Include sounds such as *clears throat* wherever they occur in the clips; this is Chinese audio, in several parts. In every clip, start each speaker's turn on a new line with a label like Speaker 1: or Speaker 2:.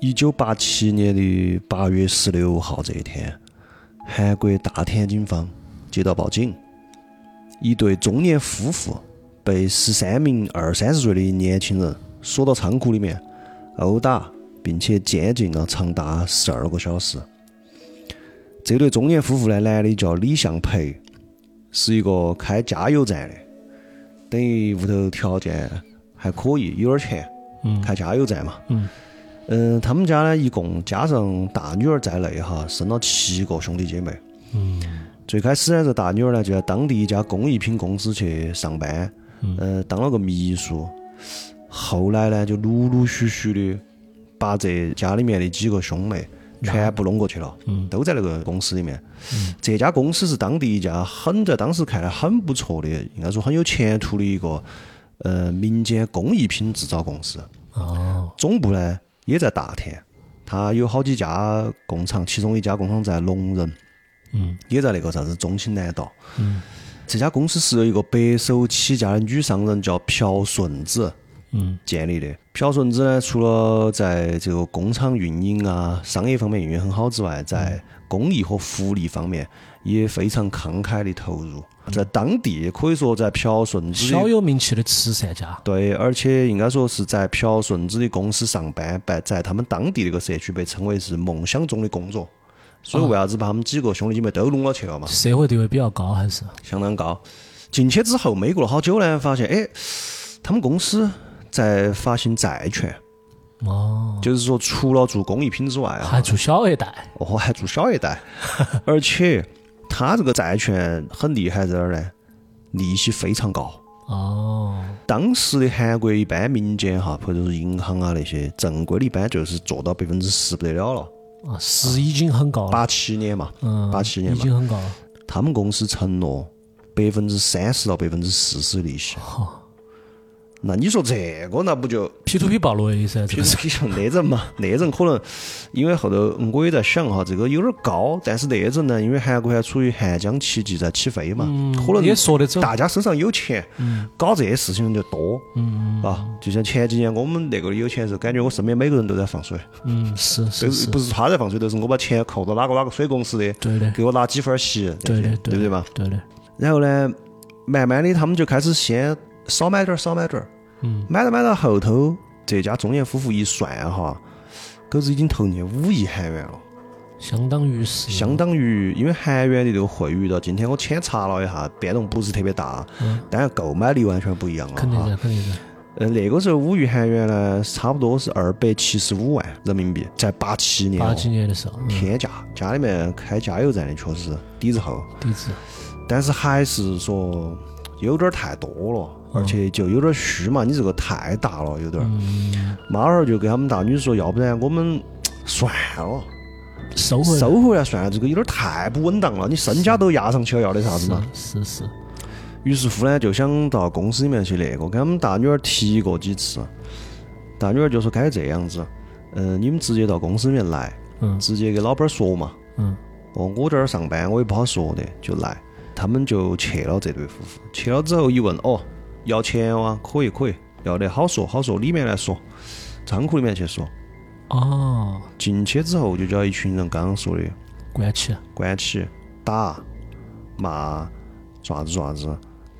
Speaker 1: 一九八七年的八月十六号这一天，韩国大田警方接到报警，一对中年夫妇被十三名二三十岁的年轻人锁到仓库里面殴打，并且监禁了长达十二个小时。这对中年夫妇呢，男的叫李向培，是一个开加油站的，等于屋头条件还可以，有点儿钱，
Speaker 2: 嗯
Speaker 1: 开加油站嘛。
Speaker 2: 嗯
Speaker 1: 嗯，他们家呢，一共加上大女儿在内哈，生了七个兄弟姐妹。
Speaker 2: 嗯
Speaker 1: 最开始呢，这大女儿呢就在当地一家工艺品公司去上班，
Speaker 2: 嗯
Speaker 1: 呃，当了个秘书。后来呢，就陆陆续续的把这家里面的几个兄妹全部弄过去了，
Speaker 2: 嗯
Speaker 1: 都在那个公司里面。这家公司是当地一家很在当时看来很不错的，应该说很有前途的一个呃民间工艺品制造公司。
Speaker 2: 哦
Speaker 1: 总部呢也在大田，它有好几家工厂，其中一家工厂在龙仁，
Speaker 2: 嗯
Speaker 1: 也在那个啥子中兴南道。
Speaker 2: 嗯
Speaker 1: 这家公司是由一个白手起家的女商人叫朴顺子
Speaker 2: 嗯
Speaker 1: 建立的。朴顺子呢，除了在这个工厂运营啊、商业方面运营很好之外，在公益和福利方面也非常慷慨的投入。在当地可以说，在朴顺子
Speaker 2: 小有名气的慈善家，
Speaker 1: 对，而且应该说是在朴顺子的公司上班，在在他们当地那个社区被称为是梦想中的工作。所以为啥子把他们几个兄弟姐妹都弄了去了嘛？ *laughs*
Speaker 2: 社会地位比较高，还是
Speaker 1: 相当高。进去之后没过了好久呢，发现哎，他们公司在发行债券，
Speaker 2: 哦，
Speaker 1: 就是说除了做工艺品之外啊
Speaker 2: 还，做小额贷，
Speaker 1: 哦还做小一贷，而且他这个债券很厉害在哪儿呢？利息非常高。
Speaker 2: 哦，
Speaker 1: 当时的韩国一般民间哈，或者是银行啊那些正规的，一般就是做到百分之十不得了了。
Speaker 2: 啊，是已经很高了，
Speaker 1: 八七年嘛，
Speaker 2: 嗯，
Speaker 1: 八七年
Speaker 2: 已
Speaker 1: 嘛，
Speaker 2: 经很高了，
Speaker 1: 他们公司承诺百分之三十到百分之四十利息。那你说这个那不就
Speaker 2: P to P 暴露的噻，这
Speaker 1: 就
Speaker 2: 个
Speaker 1: 是
Speaker 2: 是，
Speaker 1: 那阵嘛？那阵可能因为后头嗯我也在想哈，这个有点高，但是那阵呢，因为韩国还处于汉江奇迹在起飞嘛，可能
Speaker 2: 嗯也说得走，
Speaker 1: 大家身上有钱，
Speaker 2: 嗯
Speaker 1: 搞这些事情就多，啊，就像前几年我们那个有钱的时候，感觉我身边每个人都在放水，
Speaker 2: 嗯，是
Speaker 1: 都是
Speaker 2: 是是，
Speaker 1: 不是他在放水，都是我把钱扣到哪个哪个水公司的，
Speaker 2: 对的，
Speaker 1: 给我拿几分儿息，这
Speaker 2: 对
Speaker 1: 些
Speaker 2: 的，
Speaker 1: 对不对嘛？？
Speaker 2: 对的，
Speaker 1: 然后呢，慢慢的他们就开始先少买点儿，少买点儿，
Speaker 2: 嗯
Speaker 1: 买到买到后头，这家中年夫妇一算哈，狗子已经投进去五亿韩元了。
Speaker 2: 相当于是，
Speaker 1: 相当于因为韩元的这个汇率到今天我浅查了一下，变动不是特别大，
Speaker 2: 嗯
Speaker 1: 当然购买力完全不一样了
Speaker 2: 肯定
Speaker 1: 哈。
Speaker 2: 的，肯定的，
Speaker 1: 呃，那个时候五亿韩元呢，差不多是二百七十五万人民币，在八七年、
Speaker 2: 八
Speaker 1: 哦，
Speaker 2: 几年的时候，嗯
Speaker 1: 天价，家里面开加油站的确实底子厚，
Speaker 2: 地址，
Speaker 1: 但是还是说有点儿太多了，而且就有点儿虚嘛，你这个太大了，有点儿。
Speaker 2: 嗯，
Speaker 1: 妈老汉儿就跟他们大女说，要不然我们算了。
Speaker 2: 收回来
Speaker 1: 收回来算了，这个有点太不稳当了。你身家都压上去了，要的啥子嘛？
Speaker 2: 是是是，
Speaker 1: 于是乎呢，就想到公司里面去那个，跟他们大女儿提过几次。大女儿就说该这样子，嗯、你们直接到公司里面来，
Speaker 2: 嗯
Speaker 1: 直接给老板说嘛。
Speaker 2: 嗯
Speaker 1: 哦，我这儿上班，我也不好说的，就来。他们就去了这对夫妇，去了之后一问，哦，要钱哇？可以可以，要得好说好说，里面来说，仓库里面去说。
Speaker 2: 哦，
Speaker 1: 进去之后就叫一群人刚刚说的，
Speaker 2: 关起，
Speaker 1: 关起、打、骂、啥子啥子，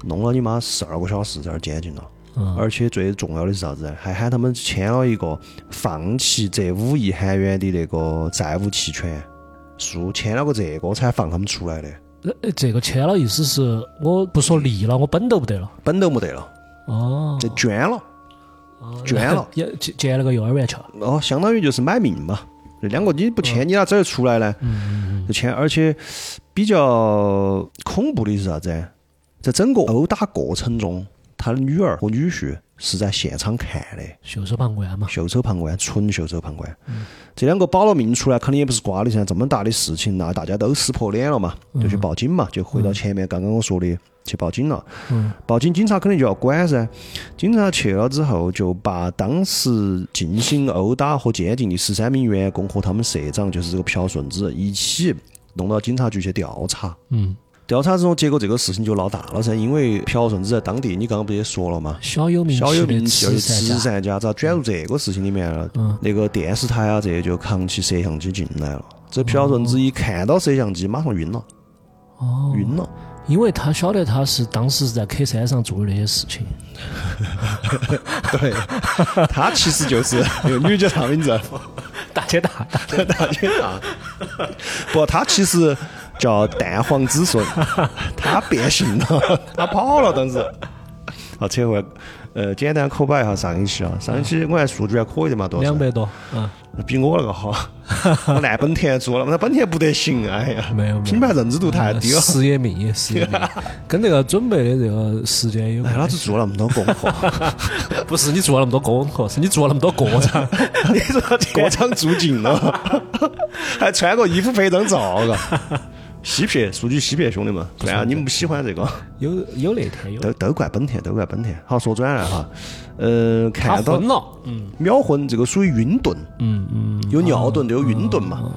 Speaker 1: 弄了你妈十二个小时在那儿监禁了。
Speaker 2: 嗯
Speaker 1: 而且最重要的是啥子？还喊他们签了一个放弃这五亿韩元的那个债务期权书，签了个这个才放他们出来的，
Speaker 2: 呃这个签了，意思是我不说利了，我本都不得了，
Speaker 1: 本都没得了，
Speaker 2: 哦，
Speaker 1: 这捐了，捐了
Speaker 2: 也建建了个幼儿园去了，
Speaker 1: 哦，相当于就是买命嘛。这两个你不签，你哪走得出来呢？就签，而且比较恐怖的是啥子？在整个殴打过程中，他的女儿和女婿是在现场看的，
Speaker 2: 袖手旁观嘛，
Speaker 1: 袖手旁观，纯袖手旁观。这两个保了命出来，肯定也不是瓜的噻。这么大的事情，啊那大家都撕破脸了嘛，就去报警嘛，就回到前面刚刚我说的，去报警了。
Speaker 2: 嗯
Speaker 1: 报警，警察肯定就要管噻。警察去了之后，就把当时进行殴打和监禁的十三名员工和他们社长，就是这个朴顺子，一起弄到警察局去调查。
Speaker 2: 嗯
Speaker 1: 调查之后，结果这个事情就闹大了噻，因为朴顺子在当地，你刚刚不也说了嘛，
Speaker 2: 小有名
Speaker 1: 小有
Speaker 2: 的
Speaker 1: 名气，而且
Speaker 2: 慈善
Speaker 1: 慈
Speaker 2: 家，
Speaker 1: 善家咋卷入这个事情里面了？
Speaker 2: 嗯
Speaker 1: 那个电视台啊，这些就扛起摄像机进来了。这朴顺子一看到摄像机，马上晕了，
Speaker 2: 哦，
Speaker 1: 晕
Speaker 2: *laughs*
Speaker 1: 了。
Speaker 2: 因为他晓得他是当时是在 K 山上做的那些事情，
Speaker 1: 对，他其实
Speaker 2: *laughs*
Speaker 1: 就是那个女警 *laughs* 察名字，
Speaker 2: 大姐大大
Speaker 1: 大姐大。啊不，他其实叫蛋黄子
Speaker 2: *laughs*
Speaker 1: 孙，他变性了，他跑了，当时。好，扯回来，呃，简单口摆一下上一期啊，上一期
Speaker 2: 嗯
Speaker 1: 我看数据还可以的嘛，多少？
Speaker 2: 两百多，
Speaker 1: 啊
Speaker 2: 嗯，
Speaker 1: 比我那个
Speaker 2: *laughs*
Speaker 1: 好，我按本田做了，那本田不得行，哎呀，
Speaker 2: 没有没有
Speaker 1: 品牌认知度太低了。
Speaker 2: 呃事业命，事业
Speaker 1: *laughs*
Speaker 2: 命，跟这个准备的这个时间有
Speaker 1: 哎，
Speaker 2: 关。
Speaker 1: 老子做了那么多功
Speaker 2: *laughs*
Speaker 1: 课，
Speaker 2: 不是你做了那么多功课，是你做了那么多过场。
Speaker 1: *laughs* 你说过场住进
Speaker 2: *laughs*
Speaker 1: 了，还穿个衣服拍张照，嘎，嬉皮，数据嬉皮，兄弟们，对啊，你们不喜欢这个，
Speaker 2: 有有那天有
Speaker 1: 都都怪本田，都怪本田。好，说转来哈，呃，
Speaker 2: 他
Speaker 1: 看到
Speaker 2: 昏了，嗯
Speaker 1: 秒昏，这个属于晕沌，
Speaker 2: 嗯嗯，
Speaker 1: 有尿遁，就有晕沌嘛。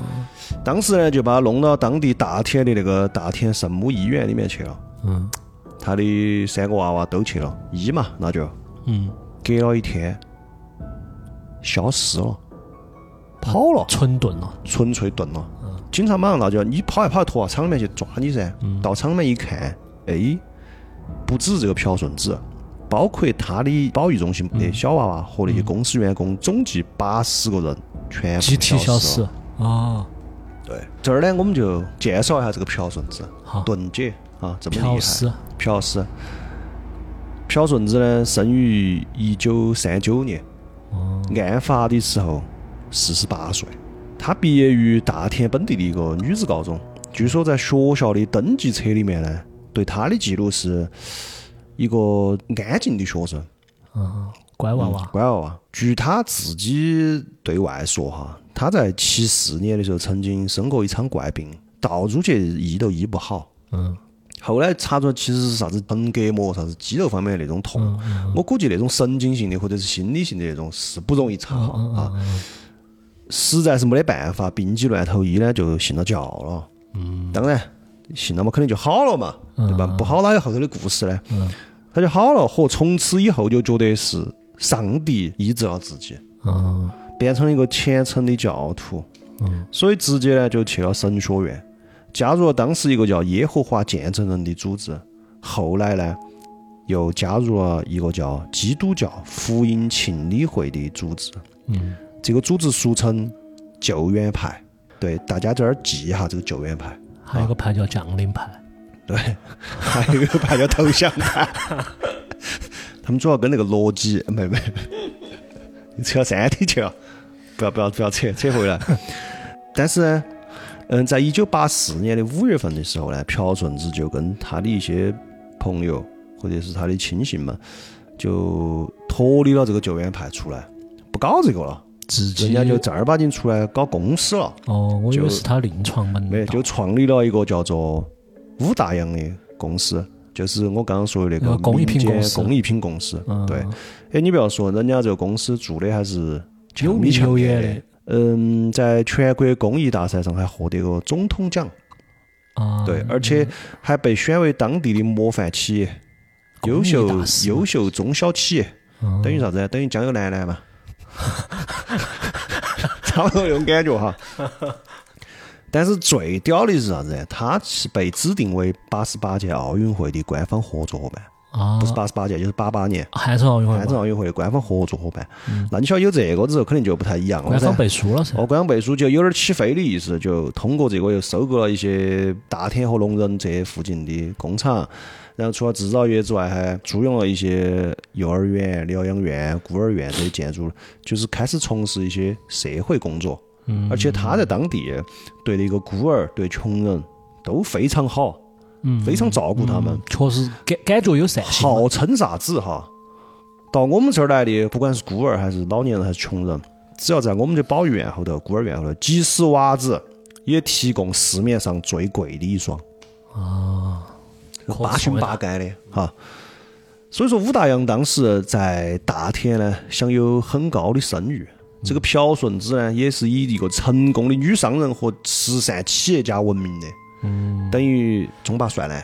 Speaker 1: 当时呢，就把他弄到当地大田的那个大田圣母医院里面去了。
Speaker 2: 嗯
Speaker 1: 他的三个娃娃都去了，一嘛，那就
Speaker 2: 嗯，
Speaker 1: 隔了一天，消失了，跑了，
Speaker 2: 蠢钝了，
Speaker 1: 纯粹钝了。警察马上那就你跑一跑拖到厂里面去抓你噻。到厂里面一看，哎，不止这个朴顺子，包括他的保育中心的小娃娃和那些公司员工，总计八十个人全部
Speaker 2: 集体消
Speaker 1: 消
Speaker 2: 失
Speaker 1: 失
Speaker 2: 啊
Speaker 1: 了。。对，这儿呢，我们就介绍一下这个朴顺子
Speaker 2: 好，
Speaker 1: 钝姐啊，这么厉害。
Speaker 2: 朴实，
Speaker 1: 朴实。朴顺子呢，生于一九三九年，
Speaker 2: 哦
Speaker 1: 案发的时候四十八岁。他毕业于大田本地的一个女子高中，据说在学校的登记册里面呢，对他的记录是一个安静的学生，
Speaker 2: 嗯，乖娃娃，
Speaker 1: 乖娃娃。啊据他自己对外说哈，他在七四年的时候曾经生过一场怪病，到处去医都医不好，
Speaker 2: 嗯
Speaker 1: 后来查出来其实是啥子横膈膜、啥子肌肉方面的那种痛，
Speaker 2: 嗯嗯
Speaker 1: 我估计那种神经性的或者是心理性的那种是不容易查好、
Speaker 2: 嗯
Speaker 1: 啊。实在是没得办法，病急乱投医呢，就信了教了。嗯，当然信了嘛，肯定就好了嘛，对吧？不好哪有后头的故事呢？
Speaker 2: 嗯
Speaker 1: 他就好了，和从此以后就觉得是上帝医治了自己，
Speaker 2: 嗯
Speaker 1: 变成了一个虔诚的教徒。
Speaker 2: 嗯，
Speaker 1: 所以直接呢就去了神学院，加入了当时一个叫耶和华见证人的组织。后来呢，又加入了一个叫基督教福音庆理会的组织，
Speaker 2: 嗯，
Speaker 1: 这个组织俗称救援派。对，大家在这儿记一下这个救援派。
Speaker 2: 还有个牌叫降临牌，
Speaker 1: 对， *laughs* 还有一个 *laughs* 派叫投降派。他们主要跟那个逻辑，没没，你扯到山里去了，不要不要不要扯扯回来。但是呢，嗯，在一九八四年的五月份的时候呢，朴顺子就跟他的一些朋友或者是他的亲信们，就脱离了这个救援派出来，不搞这个了，
Speaker 2: 自己
Speaker 1: 人家就正儿八经出来搞公司了。
Speaker 2: 哦，我以为
Speaker 1: 就是
Speaker 2: 他另创门
Speaker 1: 没，
Speaker 2: 道
Speaker 1: 就创立了一个叫做五大洋的公司，就是我刚刚说的那个
Speaker 2: 那个呃工艺品
Speaker 1: 民间
Speaker 2: 公司
Speaker 1: 工艺品公司。
Speaker 2: 嗯
Speaker 1: 对，哎，你不要说，人家这个公司做的还是
Speaker 2: 有
Speaker 1: 米
Speaker 2: 名有
Speaker 1: 眼
Speaker 2: 眼的。
Speaker 1: 嗯，在全国工艺大赛上还获得过总统奖，
Speaker 2: 啊，
Speaker 1: 对，而且还被选为当地的模范企业、优秀
Speaker 2: 工艺大师
Speaker 1: 优秀中小企业，
Speaker 2: 嗯
Speaker 1: 等于啥子呢？等于江油兰兰嘛， *laughs* 差不多那种感觉
Speaker 2: *laughs*
Speaker 1: 哈。但是最屌的是啥子呢？他是被指定为八十八届奥运会的官方合作伙伴，
Speaker 2: 啊
Speaker 1: 不，是八十八届，就是八八年
Speaker 2: 还是啊奥运会
Speaker 1: 汉城
Speaker 2: 吧，
Speaker 1: 奥运会的官方合作伙伴。那你晓得有这个之后，肯定就不太一样了
Speaker 2: 嗯官
Speaker 1: 噻
Speaker 2: 方。背书了噻。
Speaker 1: 哦，官方背书就有点起飞的意思，就通过这个又收购了一些大田和龙仁这附近的工厂，然后除了制造业之外，还租用了一些幼儿园、疗养院、孤儿院这些建筑，就是开始从事一些社会工作。
Speaker 2: 嗯
Speaker 1: 而且他在当地对那个孤儿、对穷人都非常好，
Speaker 2: 嗯，
Speaker 1: 非常照顾他们，
Speaker 2: 确实感感觉有善心。
Speaker 1: 号称啥子哈？到我们这儿来的，不管是孤儿还是老年人还是穷人，只要在我们的保育院后头、孤儿院后头，即使娃子也提供市面上最贵的一双啊，八旬八干的哈。所以说，武大阳当时在大田呢享有很高的声誉。这个朴顺子呢，也是以一个成功的女商人和慈善企业家闻名的。
Speaker 2: 嗯，
Speaker 1: 等于中巴帅男，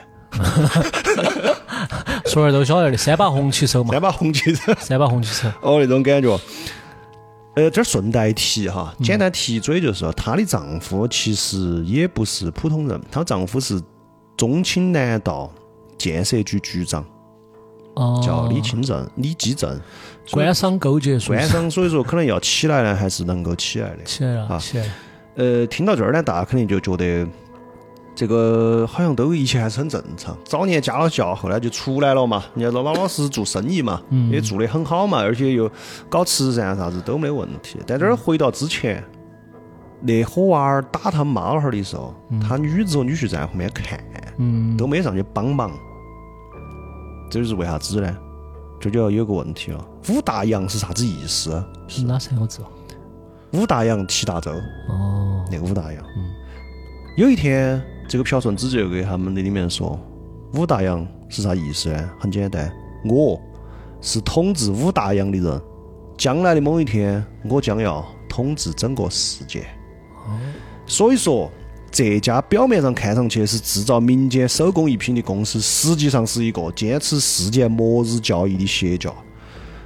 Speaker 2: 说儿都晓得的，三把红旗
Speaker 1: *laughs*
Speaker 2: 手嘛，
Speaker 1: 三把红旗手，
Speaker 2: 三把红旗手，
Speaker 1: 哦那种感觉。呃，这儿顺带提哈，简单提一嘴就是说，她的丈夫其实也不是普通人，她丈夫是中青南道建设局局长，
Speaker 2: 哦，
Speaker 1: 叫李清正、李继正。
Speaker 2: 官商勾结，说
Speaker 1: 官
Speaker 2: 是
Speaker 1: 商所以说可能要起来呢，还是能够起来的。
Speaker 2: 起来
Speaker 1: 啊
Speaker 2: 了，起来了，
Speaker 1: 呃，听到这儿呢，大家肯定就觉得这个好像都一切还是很正常。早年家了教，后来就出来了嘛，人家老老实实做生意嘛，
Speaker 2: 嗯
Speaker 1: 也做得很好嘛，而且又搞慈善啥子都没问题。但这儿回到之前，那伙娃儿打他妈老汉儿的时候，他女子和女婿在后面看，
Speaker 2: 嗯，
Speaker 1: 都没上去帮忙，这就是为啥子呢？这就要有个问题了，五大洋是啥子意思？
Speaker 2: 哪三个字？
Speaker 1: 五大洋七大洲。
Speaker 2: 哦，
Speaker 1: 那个武大洋。
Speaker 2: 嗯
Speaker 1: 有一天，这个朴顺子就给他们那里面说，武大洋是啥意思呢？很简单，我是统治武大洋的人，将来的某一天，我将要统治整个世界。
Speaker 2: 哦
Speaker 1: 所以说。这家表面上看上去是制造民间手工艺品的公司，实际上是一个坚持世界末日教义的邪教。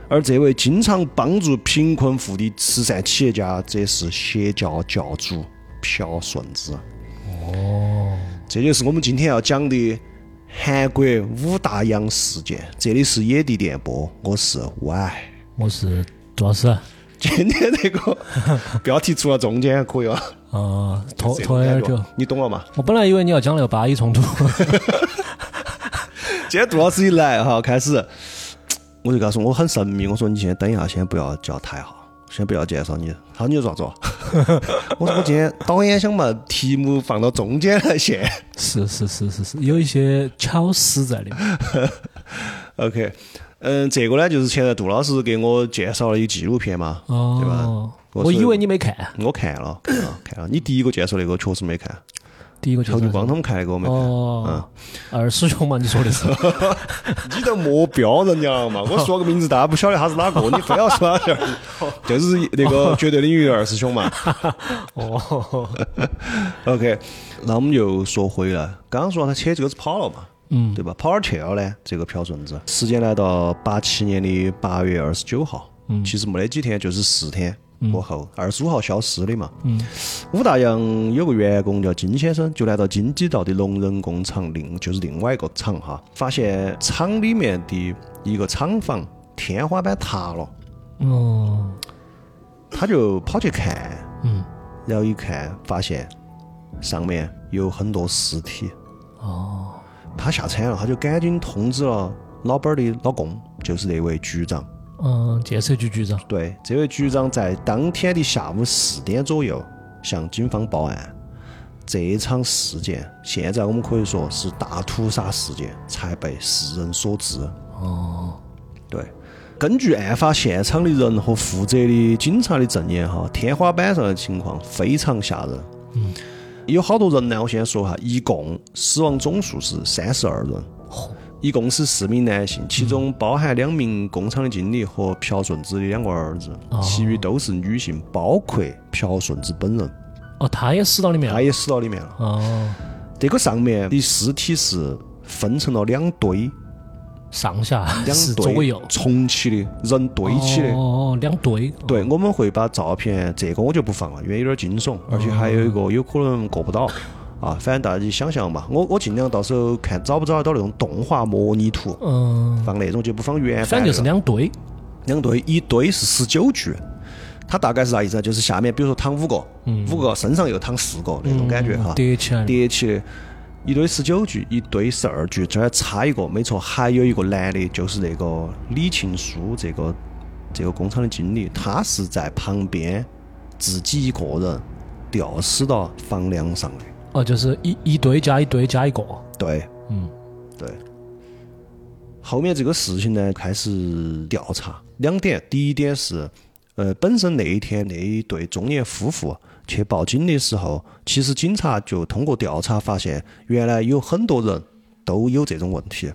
Speaker 1: 而这位经常帮助贫困户的慈善企业家，则是邪教教主朴顺子。哦，这就是我们今天要讲的韩国五大洋事件。这里是野地电波，我是 Y。
Speaker 2: 我是啊杜老师，
Speaker 1: 今天这个 *laughs* 标题出到中间可以吧？
Speaker 2: 啊，
Speaker 1: *laughs*
Speaker 2: 拖
Speaker 1: 这种
Speaker 2: 拖了点
Speaker 1: 感觉
Speaker 2: 久，
Speaker 1: 你懂了嘛？
Speaker 2: 我本来以为你要讲那个巴以冲突，
Speaker 1: 今天杜老师一来哈，开始我就告诉我很神秘，我说你先等一下，先不要叫台号，先不要介绍你。他说你有啥子哦？ *laughs* 我说我今天导演想把题目放到中间来写。 *laughs*
Speaker 2: 是是是是是，有一些巧思在里面，
Speaker 1: OK，嗯，这个呢就是前段杜老师给我介绍了一个纪录片嘛， *laughs* 对吧？
Speaker 2: 哦，
Speaker 1: 我
Speaker 2: 我
Speaker 1: 是
Speaker 2: 以为你没看，啊
Speaker 1: 我看了，看了，看了。你第一个介绍那个确实没看，
Speaker 2: 第一个就
Speaker 1: 曹
Speaker 2: 是
Speaker 1: 俊光他们看那个嗯我没看。
Speaker 2: 哦，二师兄嘛，你说的
Speaker 1: *laughs*
Speaker 2: 是，
Speaker 1: 你都莫标人家了嘛！我说个名字，大家不晓得他是哪个，你非要说他是，就是那个绝对领域的二师兄嘛。
Speaker 2: 哦，
Speaker 1: OK，那我们又说回来，刚刚说他扯这个是跑了嘛，
Speaker 2: 嗯，
Speaker 1: 对吧？跑哪儿去了呢？这个朴顺子，时间来到八七年的八月二十九号，嗯，其实没得几天，就是四天过后，二十五号消失的嘛。
Speaker 2: 嗯，
Speaker 1: 武大洋有个员工叫金先生，就来到京畿道的龙人工厂另就是另外一个厂哈，发现厂里面的一个厂房天花板塌了，
Speaker 2: 哦，
Speaker 1: 他就跑去看，
Speaker 2: 嗯，
Speaker 1: 然后一看发现上面有很多尸体，
Speaker 2: 哦，
Speaker 1: 他吓惨了，他就赶紧通知了老板儿的老公，就是那位局长。
Speaker 2: 嗯，建设局局长，
Speaker 1: 对，这位局长在当天的下午四点左右向警方报案。这一场事件，现在我们可以说是大屠杀事件，才被世人所知。
Speaker 2: 哦，
Speaker 1: 对，根据案发现场的人和负责的警察的证言，哈，天花板上的情况非常吓人。
Speaker 2: 嗯，
Speaker 1: 有好多人呢，我先说哈，一共死亡总数是三十二人，一共是四名男性，其
Speaker 2: 嗯
Speaker 1: 中包含两名工厂的经理和朴顺子的两个儿子，
Speaker 2: 哦
Speaker 1: 其余都是女性，包括朴顺子本人，
Speaker 2: 哦，他也死到里面
Speaker 1: 她
Speaker 2: 了，
Speaker 1: 也死到里面了。
Speaker 2: 哦，
Speaker 1: 这个上面的尸体是分成了两堆，
Speaker 2: 上下
Speaker 1: 两
Speaker 2: 是
Speaker 1: 堆
Speaker 2: 左右
Speaker 1: 重起的，人堆起的。
Speaker 2: 哦，两堆，
Speaker 1: 对，我们会把照片，这个我就不放了，因为有点惊悚，
Speaker 2: 哦
Speaker 1: 而且还有一个有可能过不到啊，反正大家去想象吧。我我尽量到时候看找不找得到那种动画模拟图，
Speaker 2: 嗯，
Speaker 1: 放那种就不放原
Speaker 2: 反
Speaker 1: 版
Speaker 2: 正
Speaker 1: 的
Speaker 2: 就是
Speaker 1: 了
Speaker 2: 两堆，
Speaker 1: 两堆，一堆是十九具，它大概是啥意思啊？就是下面比如说躺五个，五个身上又躺四个那种感觉哈，
Speaker 2: 叠起来了，
Speaker 1: 叠起的。一堆十九具，一堆十二具，这儿差一个，没错，还有一个男的，就是那个李庆书这个这个工厂的经理，他是在旁边自己一个人吊死到房梁上的。
Speaker 2: 哦，就是一一堆加一堆加一个，
Speaker 1: 对，
Speaker 2: 嗯，
Speaker 1: 对。后面这个事情呢，开始调查两点。第一点是，呃，本身那一天那一对中年夫妇去报警的时候，其实警察就通过调查发现，原来有很多人都有这种问题，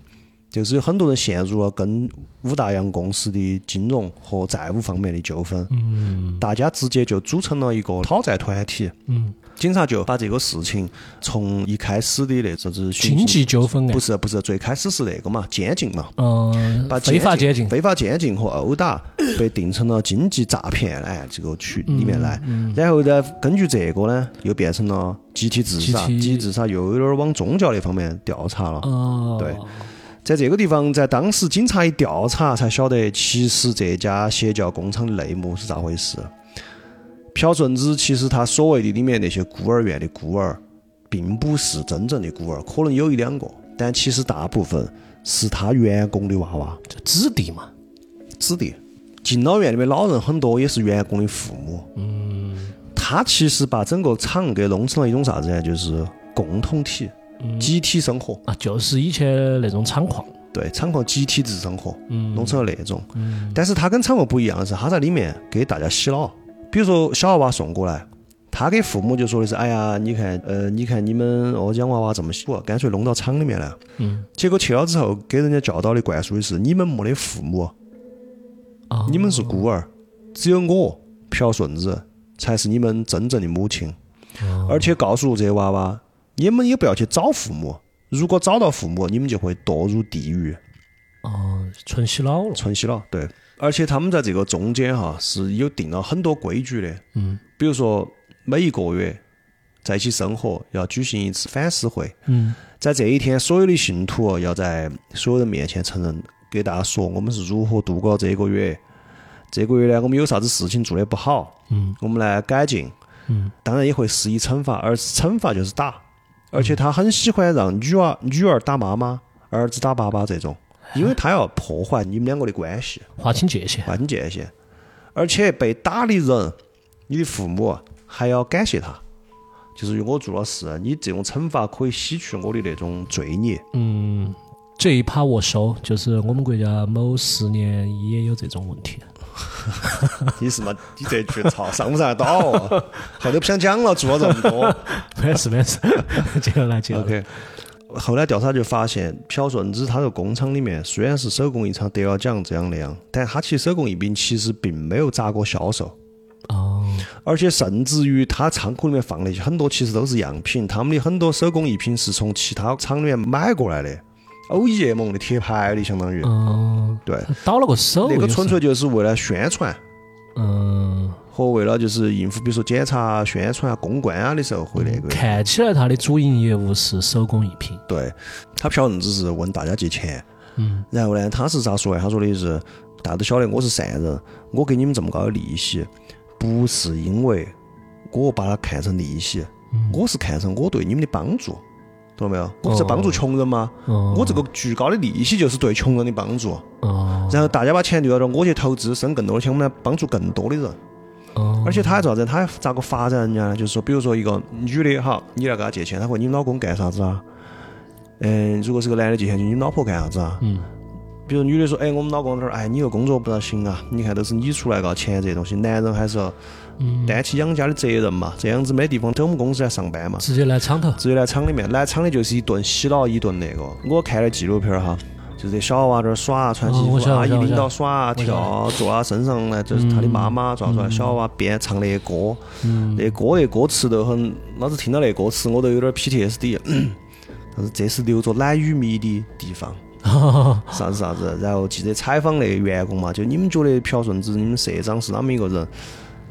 Speaker 1: 就是有很多人陷入了跟五大洋公司的金融和债务方面的纠纷，
Speaker 2: 嗯
Speaker 1: 大家直接就组成了一个讨债团体。
Speaker 2: 嗯，
Speaker 1: 警察就把这个事情从一开始的那种子寻
Speaker 2: 经济纠纷
Speaker 1: 不
Speaker 2: 案，
Speaker 1: 是不是，最开始是那个嘛，监禁嘛，
Speaker 2: 嗯
Speaker 1: 把，
Speaker 2: 非法监禁，
Speaker 1: 非法监禁和殴
Speaker 2: *coughs*
Speaker 1: 打被定成了经济诈骗案这个区里面来。
Speaker 2: 嗯
Speaker 1: 然后呢，根据这个呢，又变成了集体自杀，
Speaker 2: 集体
Speaker 1: 集体自杀又有点儿往宗教那方面调查了。
Speaker 2: 哦，
Speaker 1: 对在这个地方，在当时警察一调查，才晓得其实这家邪教工厂的内幕是咋回事。朴顺子其实他所谓的里面那些孤儿院的孤儿，并不是真正的孤儿，可能有一两个，但其实大部分是他员工的娃娃
Speaker 2: 这子弟嘛，
Speaker 1: 子弟。敬老院里面老人很多也是员工的父母。嗯，他其实把整个厂给弄成了一种啥子呢？就是共同体、集体生活。
Speaker 2: 啊，就是以前那种厂矿，
Speaker 1: 对，厂矿集体制生活，
Speaker 2: 嗯
Speaker 1: 弄成了那种。但是他跟厂矿不一样的是，他在里面给大家洗脑，比如说小娃娃送过来。他给父母就说的是，哎呀，你看，呃，你看你们哦，养娃娃这么辛苦，干脆弄到厂里面来。
Speaker 2: 嗯，
Speaker 1: 结果去了之后，给人家教导的灌输的是，你们没得父母，
Speaker 2: 啊，
Speaker 1: 你们是孤儿，只有我朴顺子才是你们真正的母亲。
Speaker 2: 哦
Speaker 1: 而且告诉这些娃娃，你们也不要去找父母，如果找到父母，你们就会堕入地狱。
Speaker 2: 哦，纯洗脑了，
Speaker 1: 存洗了，对。而且他们在这个中间哈是有定了很多规矩的，
Speaker 2: 嗯
Speaker 1: 比如说每一个月在一起生活要举行一次反思会，
Speaker 2: 嗯
Speaker 1: 在这一天，所有的信徒哦要在所有人面前承认，给大家说我们是如何度过这个月。这个月呢，我们有啥子事情做得不好，
Speaker 2: 嗯
Speaker 1: 我们来改进。
Speaker 2: 嗯，
Speaker 1: 当然也会施以惩罚，而惩罚就是打。而且他很喜欢让女儿女儿打妈妈，儿子打爸爸这种，因为他要破坏你们两个的关系。
Speaker 2: 划清界限，
Speaker 1: 关键线，而且被打的人，你的父母啊还要感谢他，就是我做了事，啊你这种惩罚可以洗去我的那种罪孽。
Speaker 2: 嗯。这一趴我熟，就是我们国家某十年也有这种问题。
Speaker 1: 你是嘛？ *laughs* 你这句操上不上得到啊？后头不想讲了，做了这么多。
Speaker 2: *laughs* 没事没事， *laughs* 接着来接着来。
Speaker 1: OK。后来调查就发现，朴顺子他在工厂里面虽然是手工艺厂得了奖这样那样，但他其实手工艺品其实并没有咋过销售。
Speaker 2: 哦，
Speaker 1: 而且甚至于他仓库里面放的很多其实都是样品，他们的很多手工艺品是从其他厂里面买过来的，OEM 的贴牌的，相当于、
Speaker 2: 嗯，哦
Speaker 1: 对，
Speaker 2: 倒了个手，
Speaker 1: 那个
Speaker 2: 也是
Speaker 1: 纯粹就是为了宣传
Speaker 2: 嗯，
Speaker 1: 和为了就是应付，比如说检查、宣传啊、公关啊的时候会那个。
Speaker 2: 看起来他的主营业务是手工艺品。
Speaker 1: 对，他朴顺子是问大家借钱，
Speaker 2: 嗯
Speaker 1: 然后呢，他是咋说的？他说的是，大家都晓得我是善人，我给你们这么高的利息，不是因为我把它看成利息，
Speaker 2: 嗯
Speaker 1: 我是看成我对你们的帮助，懂了没有？我不是帮助穷人吗？
Speaker 2: 哦
Speaker 1: 我这个巨高的利息就是对穷人的帮助。
Speaker 2: 哦
Speaker 1: 然后大家把钱留到这儿，我去投资，生更多的钱，我们来帮助更多的人。
Speaker 2: 哦
Speaker 1: 而且他还做啥子？他还咋个发展人家呢？就是说，比如说一个女的哈，你来给她借钱，她问你老公干啥子啊？嗯，如果是个男的借钱，就你老婆干啥子啊？
Speaker 2: 嗯
Speaker 1: 比如女的说，哎，我们老公这儿，哎，你个工作不大行啊，你看都是你出来搞钱这些东西，男人还是要
Speaker 2: 嗯，
Speaker 1: 担起养家的责任嘛，这样子没地方在我们公司来上班嘛，
Speaker 2: 直接来厂头。
Speaker 1: 直接来厂里面，来厂里就是一顿洗脑，一顿那个。我看了纪录片儿哈，就这小娃娃在那儿耍，啊穿西
Speaker 2: 哦我
Speaker 1: 服，
Speaker 2: 晓得
Speaker 1: 阿姨
Speaker 2: 我晓得
Speaker 1: 领导耍啊，
Speaker 2: 我晓得
Speaker 1: 跳啊，坐他身上来，就是他的妈妈抓出来，小娃娃边唱那些歌，
Speaker 2: 嗯
Speaker 1: 那歌那歌词都很，老子听到那歌词我都有点 *clears throat* PTSD。但是这是留着奶与蜜的地方。
Speaker 2: 哦
Speaker 1: *laughs* 啥子啥子，然后记者采访那个员工嘛，就你们觉得朴顺子，你们社长是哪么一个人？